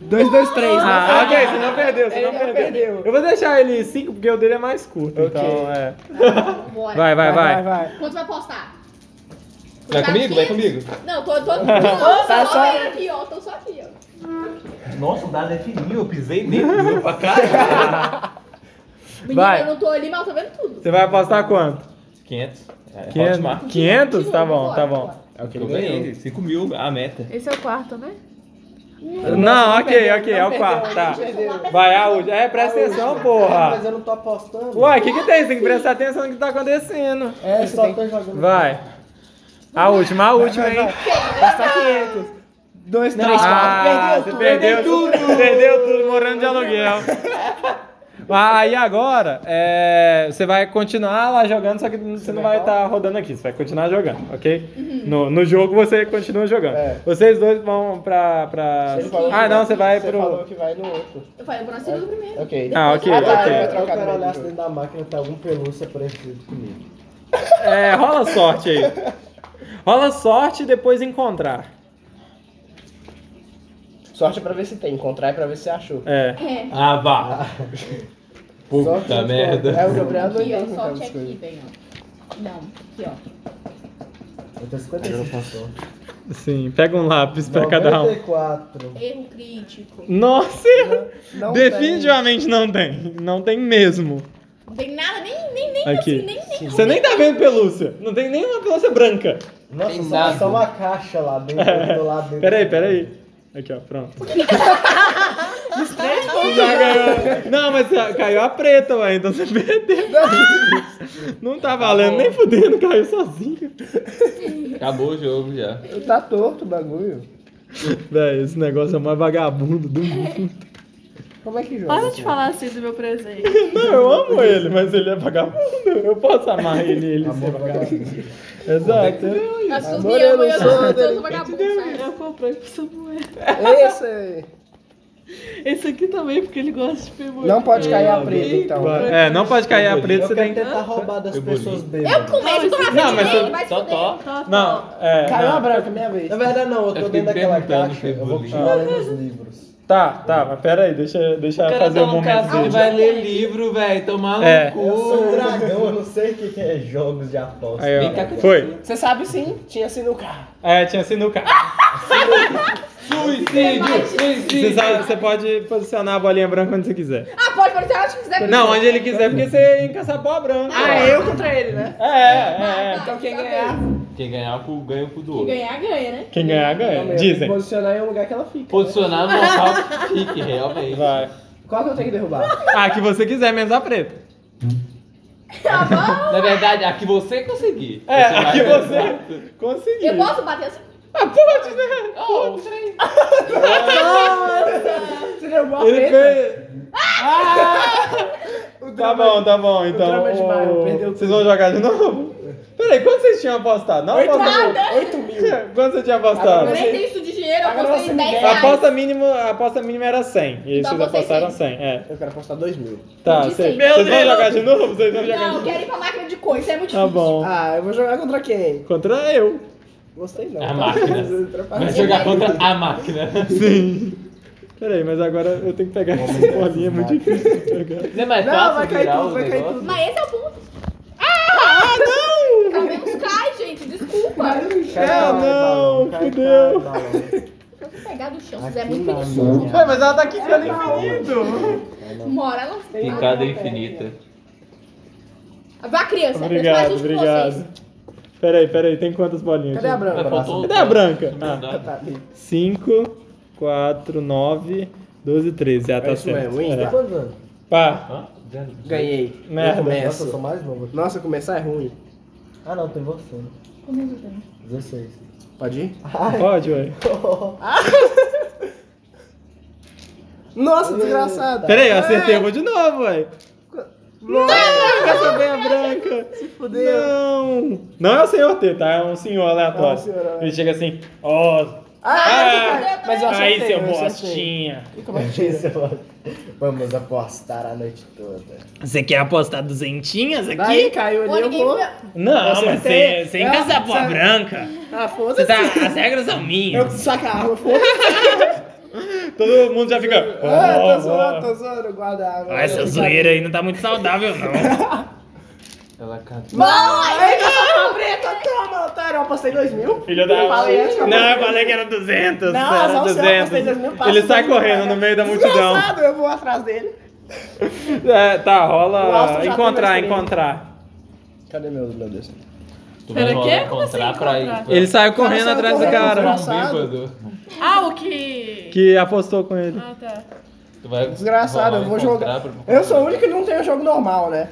2, 2, 3. Ah, ok, você não perdeu, você Ele não não perdeu. perdeu. Eu vou deixar ele 5 porque o dele é mais curto, então é. Vambora. Vai, vai, vai. vai. Quanto vai apostar? Vai comigo? Vai comigo. Não, tô, tô, tô, tô Tá só só- bem aqui, ó. Tô só aqui, ó. Nossa, o dado é fininho, eu pisei nele, doeu pra caralho. Menina, Vai. eu não tô ali, mas eu tô vendo tudo. Você vai apostar quanto? 500. É, Hotmart. 500? 500? Tá bom, tá bom. É o que ele Eu ganhou. ganhei 5 mil a meta. Esse é o quarto, né? Não, ok, ok, é não o quarto, perdeu, tá. não perdeu. Vai, a última. É, presta atenção, porra. Mas eu não tô apostando. Uai, o que que tem? Você tem que prestar atenção no que tá acontecendo. É, só tô jogando. Vai. A última, a última, hein? Aposta 500. 2, 3, 4. Ah, você perdeu tudo. Perdeu tudo, morando de aluguel. Aí agora, é, você vai continuar lá jogando, só que você não vai estar rodando aqui, você vai continuar jogando, ok? No, no jogo você continua jogando. É. Vocês dois vão pra. pra... Você falou Ah, que não, você vai Você pro. falou que vai no outro. Eu falei, eu vou na segunda primeiro. Ok. Ah, ok, Ah, tá, ok. vai trocar Eu quero também, olhar se então. dentro da máquina tem algum pelúcia parecido comigo. É, rola sorte aí. Rola sorte e depois encontrar. Sorte pra ver se tem, encontrar é pra ver se você achou. É. É. Ah, vá. Sorte Puta de merda. sorte. É, o Ah, Gabriel não Aqui, entende ó. muita Sorte das aqui, coisas. bem, ó. Não, aqui, ó. Eu tenho 55. Sim, pega um lápis pra cada é um. 94. Erro crítico. Nossa! Não definitivamente não tem. Não tem mesmo. Não tem nada, nem, nem, nem, Aqui. assim, nem, nem. Você nem tá vendo pelúcia. Não tem nenhuma pelúcia branca. tem. Nossa, Tem só- nada. só uma caixa lá dentro. É. do lado dentro. Peraí, peraí. Aqui, ó, pronto. Já ganhou. Não, mas ah, caiu a preta, ué, então você perdeu. Não tá valendo, nem fudendo, caiu sozinho. Acabou o jogo já. Tá torto o bagulho. Véi, esse negócio é o mais vagabundo do mundo. Como é que joga? Para de falar assim do meu presente. Não, eu amo ele, mas ele é vagabundo. Eu posso amar ele e Tá ele ser vagabundo. é Exato. Eu sou minha mãe, eu sou, eu sou vagabundo, sabe? Eu comprei pro Samuel. É Esse. Esse aqui também, porque ele gosta de pegar. Não pode cair a preta, então. É, não pode cair a preta, Eu você quero tem tentar roubar das Eu Eu pessoas bêbadas. começo, eu tô na Não, frente mas dele, vai se Tó, fuder. tó. tá, Não, é. Caiu a não. branca, minha vez. Na verdade, não, eu Eu tô fiquei dentro daquela perguntando caixa. se Eu vou bullying. continuar lendo os livros. Tá, tá, mas pera aí, deixa, deixa O eu cara fazer tá o um num Ah, momento caso, ele dele. vai ler livro, velho. Tomar É. no é Eu cu. sou um dragão, eu não sei o que que é jogos de aposta. Aí, Vem cá ó. que- Foi. Você sabe sim, tinha sinuca. É, tinha sinuca. Ah, é Suicídio, Você, suicídio. sabe, você pode posicionar a bolinha branca onde você quiser. Ah, pode, pode, eu acho que quiser. Não, onde ele quiser, porque você encaça a bola branca. Ah, eu contra ele, né? É, é, é. Então quem ganhar, Quem ganhar o cu, ganha o cu do Quem outro. ganhar, ganha, né? Quem ganhar, ganha. Dizem. posicionar em um lugar que ela fica. Posicionar no local que fique, realmente. Vai. Qual que eu tenho que derrubar? Ah, que você quiser, menos a preta. Na verdade, a que você conseguir. É, a que vai- você conseguiu. Eu posso bater assim? Ah, pode, né? Oh, peraí. Você derrubou a Ele preta. fez. Ah! Tá bom, tá bom, então. drama de Maio, perdeu Vocês vão jogar de novo? Peraí, quanto vocês tinham apostado? Não apostou. 8 mil. Quanto você tinha apostado? Agora Eu nem tenho isso de dinheiro, eu Agora apostei você 10 me deve. A reais. aposta mínima, a aposta mínima era 100. E Então vocês vocês apostaram 100. É. Eu quero apostar 2 mil. Tá, disse vocês aí. vocês Meu vão Deus! jogar de novo? Vocês vão jogar de Não, novo? quero ir pra máquina de coisa, isso é muito Tá difícil. bom. Ah, eu vou jogar contra quem? Contra eu. Gostei não. A máquina. Vai Atrapalhei. jogar contra a máquina. Peraí, mas agora eu tenho que pegar essa bolinha, é muito difícil de pegar. Não é mais Não, fácil vai cair virar tudo, o vai cair negócio? tudo. Mas esse é o ponto. Ah, não! Cabemos cai, gente, desculpa. Ah, não, fudeu. Eu vou pegar do chão, se fizer muito Aqui infinito. na minha- É, Ué, mas ela tá aqui ficando infinito. Mora ela. Picada infinita. Vá, criança, Obrigado, eu faço isso com vocês. obrigado. Peraí, peraí, tem quantas bolinhas? Cadê a aqui? branca? Mas faltou- Cadê a branca? Ah, Não dá. Tá, 5, 4, 9, 12, 13. Ah, tá É isso certo. mesmo, hein? Tem É. quantos anos? Pá, Hã? ganhei. merda. Nossa, eu sou mais novo. aqui. Nossa, começar é ruim. Ah, não, tem você. né? Como eu também. 16. Pode ir? Pode, ué. Nossa, desgraçada. Peraí, eu acertei, eu vou de novo, ué. Branca, essa banha branca. Se fudeu. Não. Não é o senhor T, tá? É um senhor É um aleatório. senhor aleatório. Ele chega assim, ó. Ah, mas eu acertei. aí, seu eu acertei. bostinha. E como é que é isso? Vamos apostar a noite toda. Você quer apostar duzentinhas aqui? tá? Daí caiu ali, Pô, eu ninguém vou. Não, Eu mas acertei. sem, sem Eu- caçar pó sabe- branca. Ah, Você foda-se. tá, as regras são Eu minhas. saca a arma, foda-se. Todo mundo já fica. Ah, "Ó, tô ó". zoando, tô zoando, guarda a arma. Ah, essa zoeira aí não tá muito saudável, não. Ela canta. Não, aí eu tá sou uma preta, toma, tá otário. Eu apostei dois mil. Filha Eu da. falei antes que eu Não, eu apostei. falei que era 200. Não, era só o senhor, eu apostei 2 mil, passa Ele sai dois mil, correndo pega. no meio da multidão. Desgraçado, eu vou atrás dele. É, tá, O Austin já rola. tem Encontrar, mais experiência. encontrar. Cadê meu, meu Deus? Tu Pera, vai quê? encontrar Como assim pra encontrar? É. pra- Ele saiu Cara, correndo saiu atrás do correndo, cara desgraçado. pra um bêbado. Ah, o que... que apostou com ele. Ah, tá. Tu vai Desgraçado, rolar eu vou encontrar jogar. pra- Eu sou o único que não tem o jogo normal, né?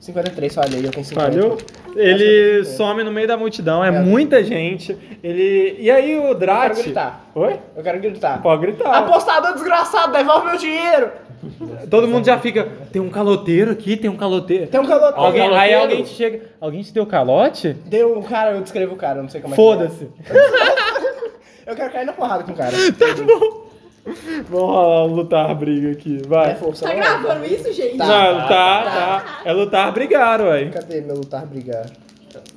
53, falhei, eu tenho 50. Valeu? é Ele some no meio da multidão, é muita gente. Ele. E aí o Eu quero Drat. gritar. Ah, Oi? Eu quero gritar. Pode gritar. Apostador desgraçado, devolve meu dinheiro! Todo mundo já fica. Tem um caloteiro aqui, tem um caloteiro. Tem um caloteiro. Alguém, aí caloteiro? alguém te chega. Alguém te deu calote? Deu um cara, eu descrevo o cara, eu não sei como é Tá que Foda-se. é. Eu quero cair na porrada com o cara. Vamos rolar um lutar briga aqui, É vai. força. Tá não é? gravando isso, gente? Tá. Não, é lutar, tá. É lutar brigar, ué. Cadê meu lutar brigar?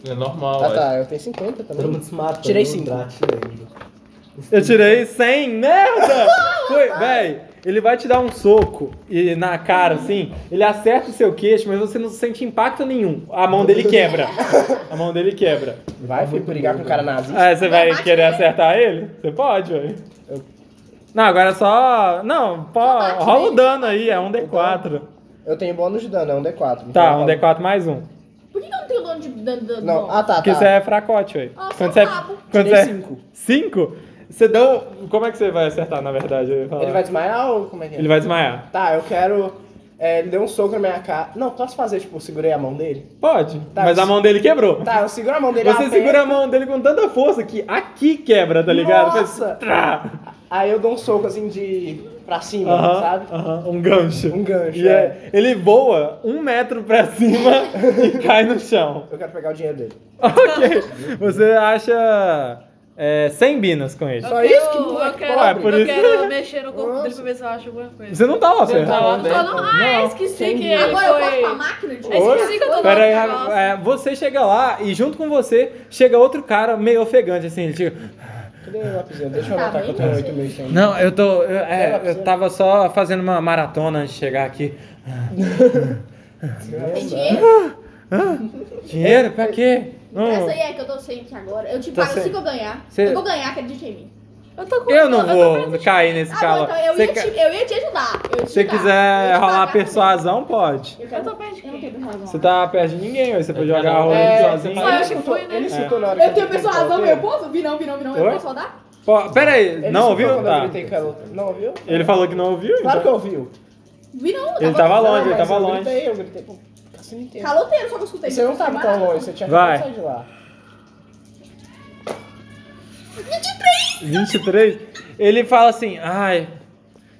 É normal, Ah ué. tá, eu tenho 50 Todo também. mundo se mata. Tirei todo mundo cinco. bate ainda. Eu tirei 100, merda! Foi, véi, ele vai te dar um soco e na cara, assim, ele acerta o seu queixo, mas você não sente impacto nenhum. A mão dele quebra. A mão dele quebra. Vai, fui brigar com o cara nazi. Ah, você vai Bate querer nele. acertar ele? Você pode, ué. Não, agora é só. Não, pô, bate rola o nele. dano aí, é um D4. Eu tenho bônus de dano, é um D4. Tá, Então, um D4 mais um. Por que que eu não tenho dono de dano? dano Não, ah tá, Porque tá. você é fracote, ué. Ah, só Quando você é. rabo. Quando você Tirei é. cinco. 5? Você dá. um- Como é que você vai acertar, na verdade? Eu ia falar. Ele vai desmaiar ou como é que é? Ele vai desmaiar. Tá, eu quero. É, ele deu um soco na minha cara. Não, posso fazer, tipo, eu segurei a mão dele? Pode, Tá, mas a você- mão dele quebrou. Tá, eu seguro a mão dele. Você aperto, segura a mão dele com tanta força que aqui quebra, tá ligado? Faz- Nossa! Trá! Aí eu dou um soco assim de. pra cima, Aham, sabe? aham, um gancho. Um gancho, E é- Ele voa um metro pra cima e cai no chão. Eu quero pegar o dinheiro dele. Ok. Você acha é, 100 binas com ele. Só isso que é eu, eu moleque quero, Ué, Ah, por eu isso- quero mexer no corpo Nossa. dele pra ver se eu acho alguma coisa. Você não tá lá, Fer. Tá lá, Não, não, tá, não. Ah, não. esqueci Sem que dúvida. ele Agora eu posso pra foi... máquina de Esse jogar? que eu tô Pera aí, Nossa, Ra- nossa. é, você chega lá e junto com você chega outro cara meio ofegante, assim, ele chega. Cadê o lapisinho? Deixa eu Tá anotar que bem, eu tenho você. 8 mil e cem. Não, eu tô. Eu, é, eu tava só fazendo uma maratona antes de chegar aqui. Tem dinheiro? Dinheiro? Pra quê? Essa Não, aí é que eu tô sem aqui agora. Eu te Tá pago sem. se eu ganhar. Cê- Eu vou ganhar, acredite em mim. Eu tô com... eu não Eu vou cair nesse Ah, bom, calor. então eu Se ia, te, eu ia te ajudar. Eu ia te você ajudar. Eu quiser ia te rolar pagar. persuasão, pode. Eu tô, eu quero- tô perto de eu não quem? tenho persuasão. Você tá perto de ninguém, hoje você pode É, jogar um não. rolando É, sozinho. eu Ele acho que escutou, foi, né? ele É. escutou na hora Eu que tenho gritei persuasão, caloteiro. meu povo? Vi não, vi não, vi não. Eu Oi? posso rodar? Pô, pera aí, Ele não escutou ouviu? quando eu Tá. gritei caloteiro. Não ouviu? Ele falou que não ouviu? Claro que então. ouviu. Vi não. Ele tava Não, longe, ele mas tava eu longe. Gritei, eu gritei. Pô, cacete inteiro. Caloteiro, Tá só que eu escutei. Você não tava tão é longe, você tinha acabado Vai. de sair de lá. 23? Ele fala assim, ai.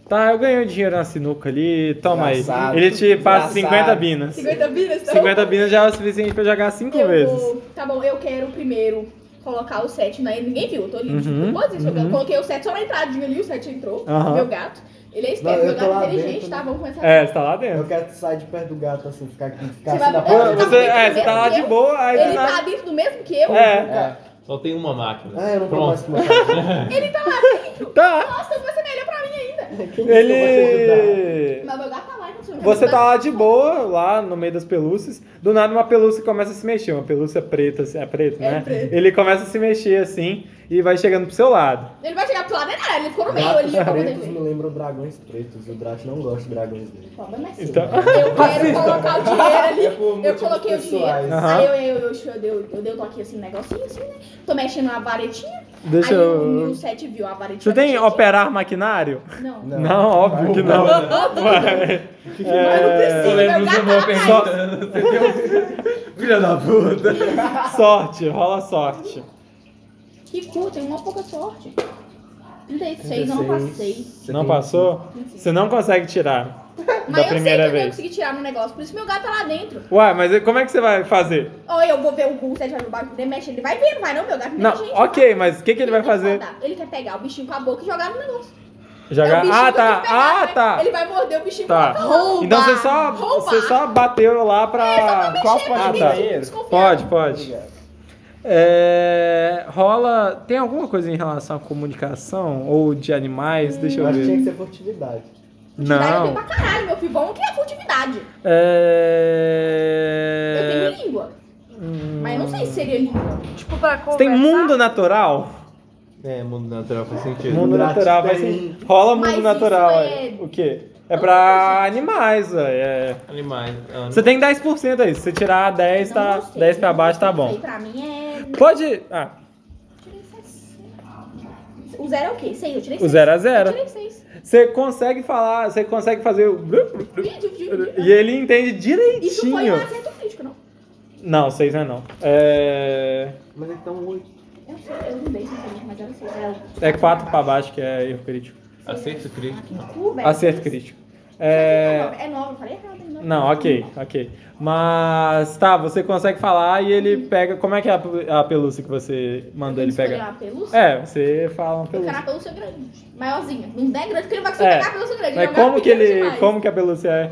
Tá, eu ganhei um dinheiro na sinuca ali, toma aí. Engraçado. Ele te passa Engraçado. 50 binas. 50 binas, então. 50 binas já é o suficiente pra jogar 5 eu vezes. vou- Tá bom, eu quero primeiro colocar o set na. Ninguém viu, eu tô ali, Uhum, tipo, pô, isso, eu uhum. coloquei o set só na entradinha ali, o set entrou, Aham. meu gato. Ele é Não, esperto, eu meu tô gato lá é inteligente, dentro, né? tá? Vamos começar É, você tá lá dentro. Eu quero sair de perto do gato, assim, ficar aqui, ficar Você assim na vai- porta. Eu- Você, é, você tá lá de boa, aí Ele do nada- tá dentro do mesmo que eu? É, Só tem uma máquina. É, Ah, eu não vou Pronto. mais com meu gato. tá. Nossa, você é melhor pra mim ainda. Ele. Mas meu gato tá lá, então meu Você gato tá lá de boa, lá no meio das pelúcias. Do nada uma pelúcia começa a se mexer, uma pelúcia preta, assim, é preto, né? Ele começa a se mexer assim e vai chegando pro seu lado. Ele vai chegar pro lado, né, cara? Ele ficou no meio Gatos ali, eu vou poder pretos ver. me lembram dragões pretos. E o Draco não gosta de dragões negros. Problema é seu. Então- Eu quero colocar o dinheiro ali. É por Eu motivos coloquei o dinheiro. pessoais. Aham. Aí eu, eu, eu, eu, dei- eu, dei o toque assim, um negocinho assim, né? Tô mexendo na varetinha. Deixa aí o eu. o Sete viu a varetinha. Você tem mexidinha. operar maquinário? Não. Não. Não, óbvio que não. Vai. É, Eu lembro do meu Só- perguntando. Filha da puta. Sorte, rola sorte. Que cu, tem uma pouca sorte. 36, eu não passei. Você Não tem- passou? Você não consegue tirar Mas da eu sei que primeira eu não vez. consegui tirar no negócio, por isso meu gato tá lá dentro. Uai, mas como é que você vai fazer? Ou eu vou ver o cu, o Sete vai ver o bagulho, ele mexe, ele vai ver, não vai não, meu gato Não, inteligente, ok, mas o que, que ele vai quer fazer? rodar. Ele quer pegar o bichinho com a boca e jogar no negócio. É o Jogar. bichinho Ah, que eu tenho tá. que pegar, Ah, né? tá. Ele vai morder o bichinho Tá. com a É, boca. Então você só, Roubar. É você só bateu lá pra. Posso Ah, passar tá. banheiro? Pode, pode. Obrigado. É, rola. Tem alguma coisa em relação à comunicação? Ou de animais? Deixa eu Hum. Acho que tinha ver. que ser furtividade. Furtividade eu tenho Não. pra caralho, meu filho. Bom que é furtividade. Eu É. tenho língua. Mas eu não sei se seria língua. Tipo, pra conversar. Você tem mundo natural? É, mundo natural faz sentido. Mundo Mundo natural, vai natural ser. tem. Rola Mas mundo isso natural. é- aí. O quê? É pra animais, ué, é. Animais. ah, Você tem 10% aí. Se você tirar 10, tá, Não gostei, 10 pra não baixo tá gostei. bom. Pra mim é. Pode. Ah, Tirei seis. O zero é o quê? Seis. Eu tirei o seis. 0 a 0 Eu tirei seis. Você consegue falar, você consegue fazer o. E ele entende Isso foi um direitinho. acerto crítico, não? Não, seis não é não. É. Mas então, oito. Eu, sei, eu não dei sinceramente, mas era seis. Era o- É 4 pra baixo que é erro crítico. Acerto Ah, crítico. que cu, velho. Acerto crítico. É. É nove, eu falei errado. é nove. Não, ok, ok. Mas tá, você consegue falar e ele pega. Como é que é a, a pelúcia que você mandou ele Escolher pegar? uma pelúcia? É, você fala uma Eu quero pelúcia. a pelúcia grande. Maiorzinha. Não der grande, porque ele vai conseguir É. pegar a pelúcia grande. é um Mas gato como que pequeno ele. demais. Como que a pelúcia é?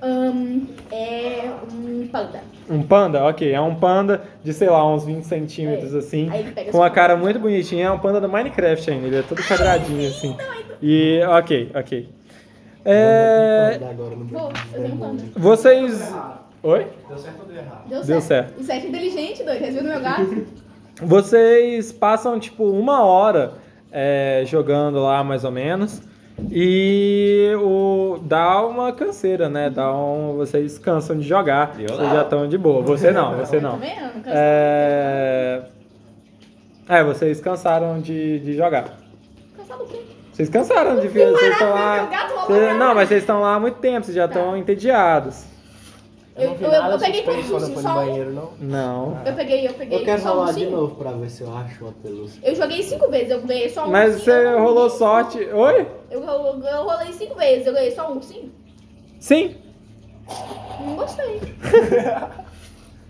Ahn, é um panda. Um panda? Ok, é um panda de, sei lá, uns 20 centímetros assim. É. Aí ele pega Com a esse- Tá cara muito bonitinha, é um panda do Minecraft ainda, ele é todo quadradinho assim. é E ok, ok. É, Vamos agora no Vou, eu tenho um panda. vocês. Oi? Deu certo. Deu certo. O sete é inteligente, doido. Resolveu no meu gato. Vocês passam tipo uma hora é, jogando lá mais ou menos. E o dá uma canseira, né? Dá um, vocês cansam de jogar. Eu vocês não. já estão de boa. Você não, você Tá não. vendo? Não cansa. É, é vocês cansaram de, de jogar. Cansado o quê? Vocês cansaram de ver. Vocês estão lá. Meu gato roubou Cê- meu não, mas vocês estão lá há muito tempo, vocês já Tá. estão entediados. Eu, não vi eu- eu nada peguei suspeito todos quando os eu fui só no um. banheiro, não. Não. Eu peguei, eu peguei Eu quero só rolar um de sim. novo pra ver se eu acho assim. uma pelúcia. Eu joguei cinco vezes, eu ganhei só um Mas sim, você eu- rolou sorte. Oi? Eu, eu, eu rolei cinco vezes, eu ganhei só um sim. Sim. Não gostei.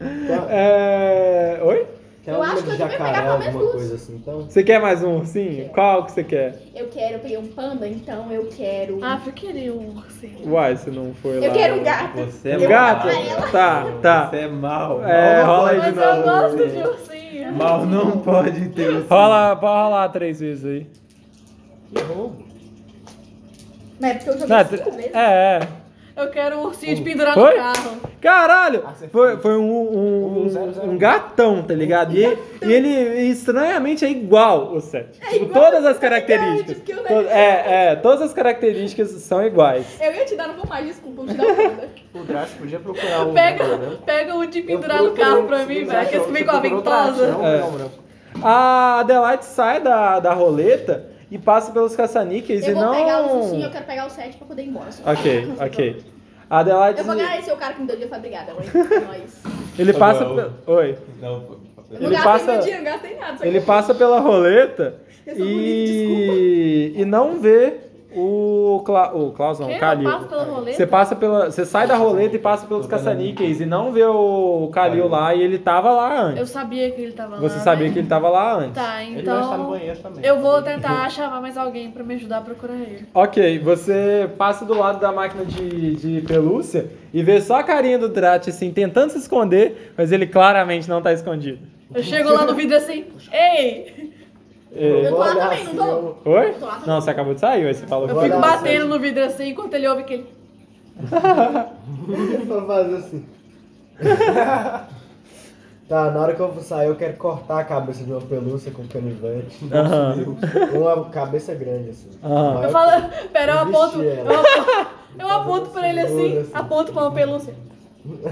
Quer, É... Oi? quer eu um acho número que eu de devia pegar jacaré, pelo menos alguma duas. coisa assim, então? Você quer mais um ursinho? Qual que você quer? Eu quero, eu peguei um panda, então eu quero. Ah, eu queria um ursinho. Uai, se não foi lá. eu quero um gato. Você é Um gato? Tá, tá. Você é mal. É, mal rola aí de Mas eu novo. gosto de ursinho. Mal não pode ter um. o Rola, pode rolar três vezes aí. Mas é porque eu Não, joguei cinco vezes. é, é. Eu quero um ursinho de pendurar Hum. Foi? no carro. Caralho! Acertei. Foi, foi um, um, um- Um zero, zero. um gatão, tá ligado? E, e ele estranhamente é igual o 7. É tipo, todas as características. verdade, porque né? Tipo, eu to- é, é, todas as características são iguais. Eu ia te dar, não vou mais, desculpa, eu te dar um panda. O Draco podia procurar um. Pega, pega um de pendurar no carro pra mim, velho. Que esse vem com a ventosa. Não, É. não, não. A Adelaide sai da, da roleta e passa pelos caça-níqueis e Eu vou não. pegar o ursinho, eu quero pegar o 7 pra poder ir embora. só. Ok, ok. A Adelaide. Eu vou agradecer o cara que me deu dinheiro pra brigada, mas nós. Ele passa. Não. pe- Oi. Então, Não, Eu Ele não gastei passa- meu dinheiro, não gastei nada. só que Ele passa pela roleta Eu sou bonita, e. e não vê o, Cla... o Klaus, não, o Quem Calil. não passa pela roleta? Você passa pela. Você sai da roleta e passa pelos caça-níqueis e não vê o Calil lá e ele tava lá Eu antes. sabia que ele tava lá. Você sabia né? que ele tava lá antes. Tá, Ele vai estar no então. banheiro também. Eu vou tentar chamar mais alguém pra me ajudar a procurar ele. Ok, você passa do lado da máquina de, de pelúcia e vê só a carinha do Drat, assim, tentando se esconder, mas ele claramente não tá escondido. Eu chego lá no vidro assim, ei! É, Eu tô lá também, assim, não tô? eu- Oi? Tô lá também. Não, você acabou de sair, mas você falou que Eu fico olhar, batendo no vidro assim enquanto ele ouve aquele. Eu vou fazer assim. Tá, na hora que eu sair, eu quero cortar a cabeça de uma pelúcia com um canivete. Aham. Uma cabeça grande, assim. Aham. Maior Eu que- falo, pera, eu aponto. Vestir Eu ela. aponto, eu aponto pra ele Segura, assim, assim. aponto pra uma pelúcia.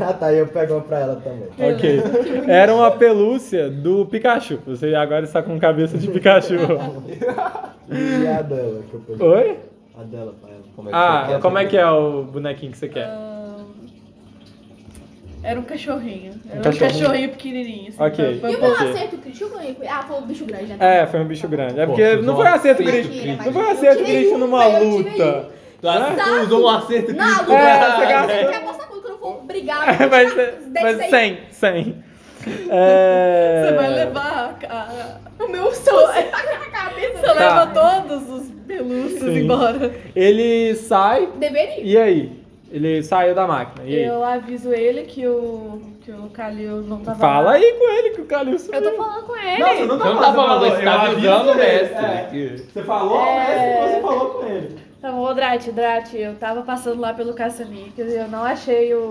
Ah, tá, e eu pego uma pra ela também. Ok. Era uma pelúcia do Pikachu. Você agora está com cabeça de Pikachu. E a dela que eu peguei. Oi? A dela pra ela. Como Ah, como é que é o bonequinho que você quer? Ah. Era um cachorrinho. Era um cachorrinho. cachorrinho, pequenininho. assim, Ok. foi- E foi- o meu Ok. acerto crítico eu ganhei. com ele. Ah, foi o bicho grande. né? É, foi um bicho grande. É Pô, porque tu não usou foi um acerto uma grítico. crítica, Não foi um mas acerto eu tirei grítico um, numa eu tirei luta. Tu ac- usou um acerto Na crítico. luta. É, você eu gastou. quero apostar muito que eu não vou brigar. eu vou Mas, tirar dez mas daí. 100, 100. É... Você vai levar a- a- o meu sol. Você leva todos os pelúcias Sim. embora. Ele sai, Deveria. e aí? Ele saiu da máquina, e aí? Eu aviso ele que o, que o Calil não tava Fala lá. aí com ele que o Calil Eu sumiu. tô falando com ele. Não, você não tá Você falando, não tá falando, você tá avisando o É. mestre. Você falou, É. mas você falou com ele. Então, ô Drati, Drati, eu tava passando lá pelo caça-níqueis e eu não achei o,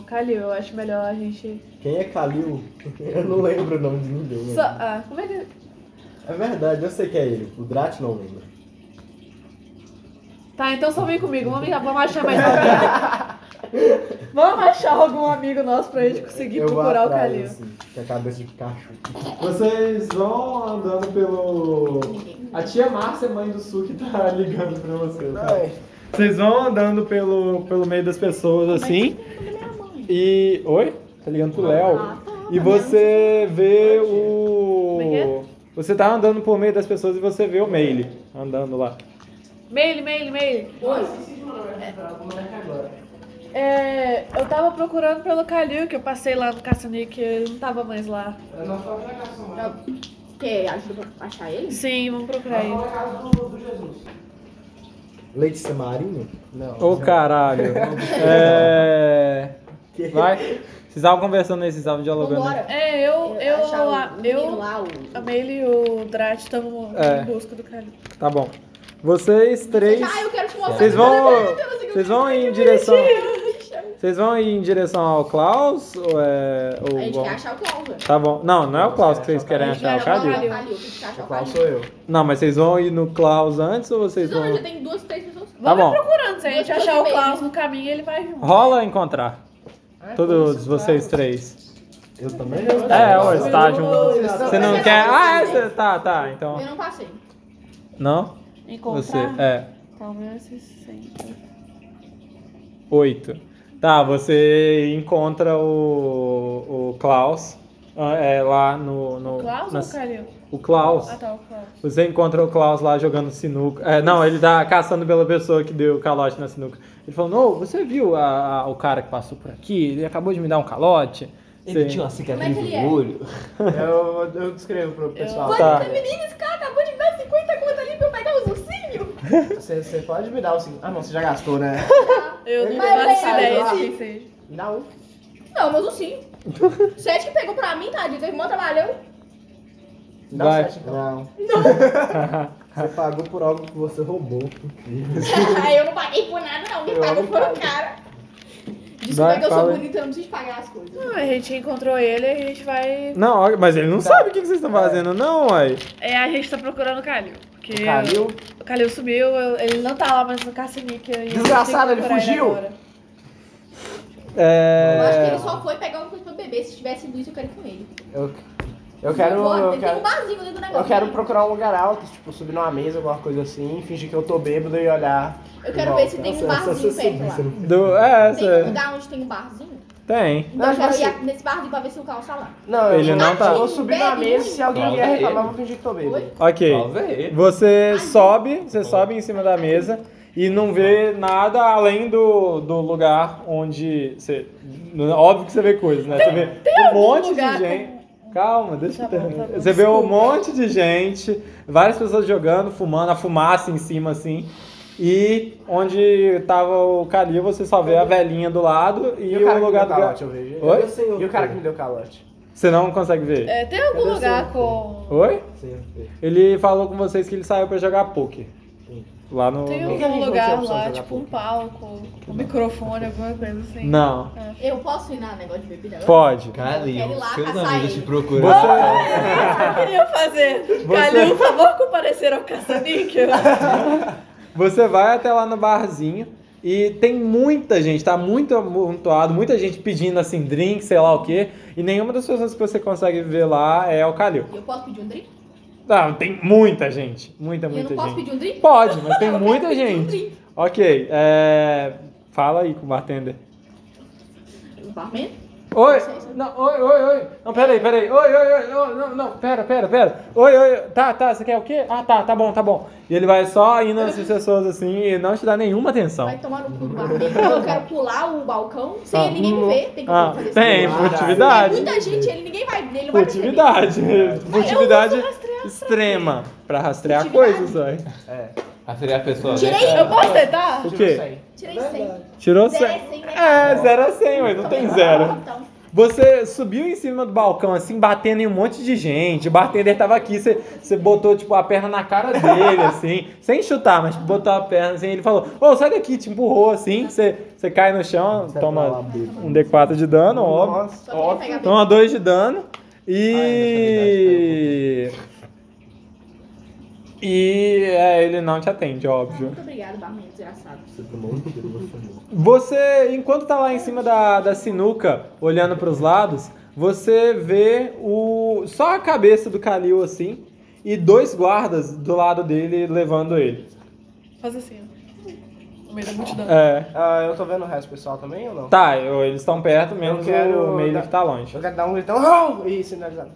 o Calil. Eu acho melhor a gente... Quem é Kalil? Eu não lembro o nome de ninguém. né? Só- ah, como é que... É verdade, eu sei que é ele. O Drat não lembra. Tá, então só vem comigo. Vamos, vamos achar mais alguém. vamos achar algum amigo nosso pra gente conseguir eu vou procurar o atrás, Calil. assim, com a cabeça de cachorro. É. Vocês vão andando pelo. A tia Márcia, mãe do Su, que tá ligando pra vocês. tá? Vocês vão andando pelo, pelo meio das pessoas assim. E. Oi? Tá ligando pro Léo. Ah, tá E você vê Como é que é? o. Você tá andando por meio das pessoas e você vê o Meile andando lá. Mail, mail, mail. Oi. É, eu tava procurando pelo Calil, que eu passei lá no caça-níquel, ele não tava mais lá. Quer ajuda pra achar ele? Sim, vamos procurar ele. Leite ser marinho? Não. Ô caralho. É. Vai. Vocês estavam conversando aí, vocês estavam dialogando. né? aí. Vambora. É, eu, eu, achar o a, menino eu, lá, o... a Meile e o Drat estamos É. em busca do Calil. Tá bom. Vocês três. Ah, eu quero te mostrar. Vocês que vão. eu tenho certeza que eu Vocês vão ir em direção. Vocês vão ir em direção ao Klaus? Ou é. A Ou gente vão... quer achar o Cláudio. Tá bom. Não, não é o Klaus que vocês querem A gente quer achar, é o Calil. O Calil, a gente quer achar o Qual Calil. sou eu? Não, mas vocês vão ir no Klaus antes ou vocês vão. Não, já tem duas, três pessoas. Tá bom. Procurando, se a gente Duas achar o coisas Klaus bem. no caminho, ele vai junto. Rola encontrar. Todos vocês três. Eu também não. É, o estágio. Você não Você quer. não Ah, é, precisa. você- tá, tá. Então. Eu não passei. Não? Encontrar. Você. É. Talvez se senta. Oito. Tá, você encontra o. O Klaus. ah, É, lá no. no Klaus nas- ou Calil? O Klaus. Ah, tá, o Klaus. Você encontra o Klaus lá jogando sinuca. É, não, ele tá caçando pela pessoa que deu o calote na sinuca. Ele falou: Não, você viu a- a- o cara que passou por aqui? Ele acabou de me dar um calote. Ele Sim. tinha uma cicatriz Como é que ele no é? olho. Eu, eu descrevo pro pessoal. Tá. Menina, esse cara acabou de me dar 50 conto ali pra eu pegar os ursinhos. Você, você pode me dar o cinco. Ah, não, você já gastou, né? Eu não Mas faço ele- ideia de ele- quem seja. Me dá um. Não, mas ursinho. Sete é que pegou pra mim, tadinho. Teve mó trabalhão. Me dá Vai. um sete, então. Não. Você pagou por algo que você roubou. eu não paguei por nada, não. Me Eu pagou não por um paguei. cara. Desculpa Vai, que eu fala sou aí. bonita, eu não preciso pagar as coisas. Não, a gente encontrou ele e a gente vai. Não, olha, mas ele não sabe o que que vocês estão fazendo, não, uai. É, a gente tá procurando o Calil. É. Porque O Calil? o Calil sumiu, eu- ele não tá lá mais no caça-níquel. e a gente tem que Desgraçado, ele procurar fugiu? agora. Eu acho que ele É. só foi pegar uma coisa pra beber. Se tivesse luz, eu quero ir com ele. Eu, eu quero. Bora, Eu tem quero, um barzinho dentro do negócio. Eu quero né? procurar um lugar alto, tipo, subir numa mesa, alguma coisa assim, fingir que eu tô bêbado e olhar. Eu quero Bom, ver se tem um Nossa, se barzinho você perto lá. subisse, Do, é, Tem um você- lugar onde tem um barzinho? Tem. Então eu Não, quero assim- ir nesse barzinho pra ver se o carro está lá. Não, Ele eu não tá- vou subir na mesa se alguém Fala vier ele. reclamar, eu vou fingir que tô bêbado. Oi? Ok. Talvez. Você sobe, você sobe em cima da mesa e não vê nada além do, do lugar onde você. Óbvio que você vê coisas, né? Você vê um monte de lugar gente. Calma, deixa eu Tá bom, terminar. tá bom, Você vê um monte de gente, várias pessoas jogando, fumando, a fumaça em cima assim. E onde tava o Calil, você só vê a velhinha do lado e, o cara o que tá me deu lugar do ga- calote, eu vejo. Oi? Eu sei, eu E o cara que me deu calote. Você não consegue ver. É, tem algum Cadê lugar seu- com. Oi? sei, eu sei. Ele falou com vocês que ele saiu pra jogar poker. Lá no. Tem no- que a gente algum não tinha lugar opção de lá, jogar tipo um palco, um microfone, alguma coisa assim. Não. Eu posso ir na negócio de bebida agora? Pode. Quero ir Calil, lá seus caçar amigos ele. te procuram. Você, Ah. Eu queria fazer. Você- Calil, por favor, comparecer ao caça-níquel. você vai até lá no barzinho e tem muita gente, tá muito amontoado, muita gente pedindo assim drink, sei lá o quê, e nenhuma das pessoas que você consegue ver lá é o Calil. E eu posso pedir um drink? Ah, tem muita gente, muita, E eu muita não posso gente. pedir um drink? Pode, mas tem Eu quero muita pedir um gente. drink. Ok, é... fala aí com o bartender. O Um barman? Oi, não, oi, oi, oi. Não, peraí, peraí. Oi, oi, oi, oi, não, não, pera, pera, pera. Oi, oi, oi. tá, tá, você quer o quê? Ah, tá, tá bom, tá bom. E ele vai só indo nas pessoas assim e não te dá nenhuma atenção. Vai tomar no cu do barman. Então Eu quero pular o balcão sem Ah, ele ninguém me não. ver. Tem como Ah, fazer isso? tem, Tem furtividade. É. muita gente, ele ninguém vai. Ele não vai perceber. Furtividade. Furtividade extrema. Pra rastrear coisas, velho. Rastrear a pessoa. né? Tirei, Eu posso tentar? O Tirou quê? 100. tirei 100. Tirou Zero, 100. cem, né? É, zero a 100, ué, não tem zero. Então, Você subiu em cima do balcão, assim, batendo em um monte de gente. O bartender tava aqui, você, você botou, tipo, a perna na cara dele, assim, sem chutar, mas botou a perna assim. Ele falou: Ô, sai daqui, te empurrou, assim. Você, você cai no chão, Sai pra lá, toma bebo. um D4 de dano, óbvio. só queria pegar Toma dois de dano. E. E é, ele não te atende, óbvio. Muito obrigado, barman, desgraçado. Você tomou um tiro, você morreu. Você, enquanto tá lá em cima da, da sinuca, olhando pros lados, você vê o só a cabeça do Kalil assim e dois guardas do lado dele levando ele. Faz assim. No meio da multidão. É. Ah, eu tô vendo o resto do pessoal também ou não? Tá, eu- eles estão perto, menos quero o meio dar- que tá longe. Eu quero dar um gritão "Au!" e sinalizar.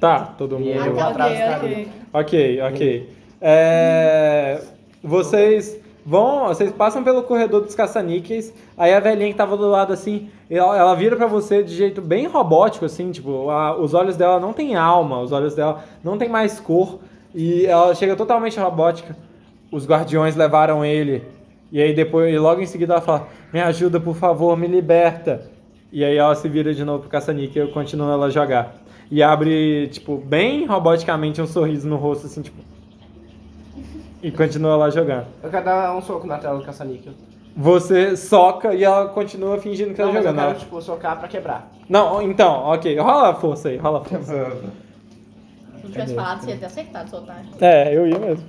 Tá, todo mundo. eu Até atrás Ok, do cara. ok. Ok, ok. É, vocês vão, vocês passam pelo corredor dos caça-níqueis, aí a velhinha que tava do lado assim, ela, ela vira pra você de jeito bem robótico, assim, tipo, a- os olhos dela não tem alma, os olhos dela não tem mais cor, e ela chega totalmente robótica. Os guardiões levaram ele, e aí depois, e logo em seguida ela fala, me ajuda por favor, me liberta. E aí ela se vira de novo pro caça-níquel e continua ela a jogar. E abre, tipo, bem roboticamente um sorriso no rosto, assim, tipo. E continua lá jogando. Eu quero dar um soco na tela do caça-níquel. Você soca e ela continua fingindo que tá Não, mas eu jogando. quero, Ela- tipo, socar pra quebrar. Não, então, ok. Rola a força aí, rola a força. Se eu tivesse falado, você ia ter acertado, seu otário. É, eu ia mesmo.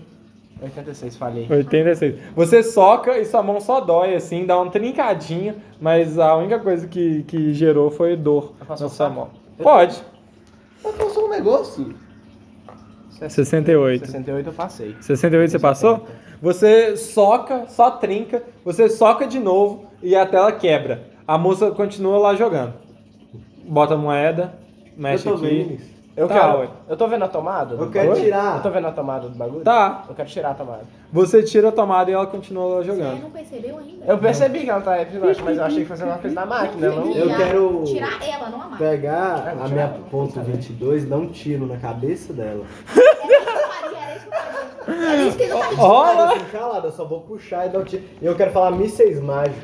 86, falei. 86. Você soca e sua mão só dói, assim, dá um trincadinho, mas a única coisa que, que gerou foi dor Eu na posso sua socar? mão. Pode. Mas passou um negócio. 68. 68 eu passei. 68 você passou? Você soca, só trinca, você soca de novo e a tela quebra. A moça continua lá jogando. Bota a moeda, mexe eu tô vendo aqui. isso. Eu Tá, quero. ué. Eu tô vendo a tomada? do Eu quero bagulho? tirar. Eu tô vendo a tomada do bagulho? Tá, Eu quero tirar a tomada. você tira a tomada e ela continua lá Você jogando. não percebeu ainda. Eu percebi que ela tá hipnótica, mas eu achei que fazia uma coisa na máquina, não? Eu Tirar- quero- Tirar ela, não a máquina. Pegar a minha ponto 22 e dar um tiro na cabeça dela. Era É isso que eu faria. Era isso que eu faria. Rola! Assim, calada, eu só vou puxar e dar um tiro. E eu quero falar mísseis mágicos.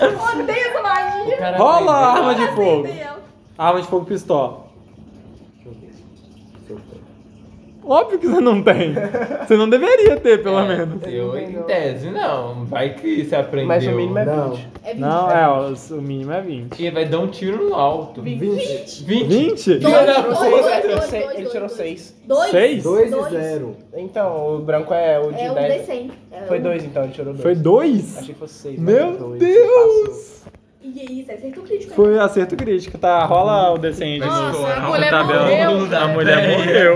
Eu odeio essa magia. Rola é a arma de fogo. Deus. Arma de fogo pistola. Deixa eu ver se eu tenho. Óbvio que você não tem. Você não deveria ter, É. pelo menos. É. Eu, em tese, não. Vai que você aprendeu. Mas o mínimo é Não. 20. É vinte. Não, é, o- o mínimo é 20. E vai dar um tiro no alto. 20. 20? 20? Dois, Filha da dois, puta. dois, dois, Ele tirou dois, seis- dois, Ele tirou dois. 6. Dois. 6? Dois e Dois. zero. Então, o branco é o de É o 10. D100. É Foi o- 2 então, ele tirou 2. Foi 2? Achei que fosse 6. Meu Deus! E aí, você acertou o crítico. Foi acerto crítico, tá? Rola o desenho de novo. Nossa, a Na mulher tá tabela. morreu. A mulher morreu.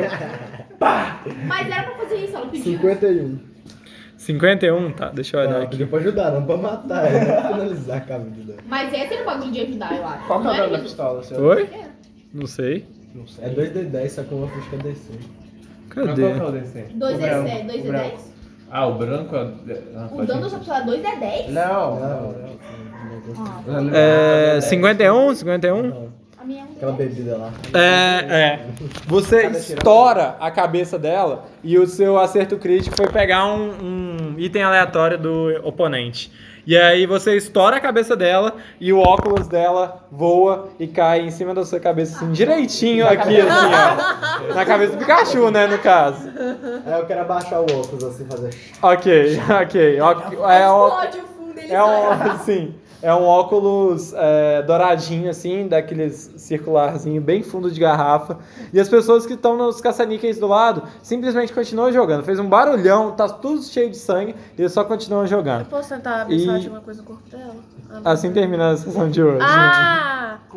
Mas era pra fazer isso, ela pediu. 51. 51? Tá, deixa eu olhar Não, aqui. pediu pra ajudar, não pra matar. É pra finalizar, acaba de dar. Mas esse era o bagulho de ajudar, eu acho. Qual que é o Não era dano da isso? pistola? seu? Oi? Não sei. Não sei. É 2D10, só com uma ficha DC. Mas qual Cadê? que é o DC? 2 O é branco, 10, 2 o é branco. 10? Ah, o branco é. ah, O dano faz da sentido. pistola 2 é 10? Não, Não, não. não. É, 51? 51? A minha é um Aquela 10. bebida lá. É, é. Você estoura a cabeça dela e o seu acerto crítico foi pegar um, um item aleatório do oponente. E aí você estoura a cabeça dela e o óculos dela voa e cai em cima da sua cabeça, assim, direitinho aqui, assim, ó. Na cabeça do Pikachu, né, no caso. Aí É, eu quero abaixar o óculos assim, fazer. Ok, ok. Ó- É, ó, Explode o fundo, ele É um, assim, é um óculos é, douradinho, assim, daqueles circularzinho bem fundo de garrafa. E as pessoas que estão nos caça-níqueis do lado simplesmente continuam jogando. Fez um barulhão, tá tudo cheio de sangue e eles só continuam Eu jogando. posso tentar E- abençoar de alguma coisa no corpo dela? Ah, não. Assim termina a sessão de hoje. Ah!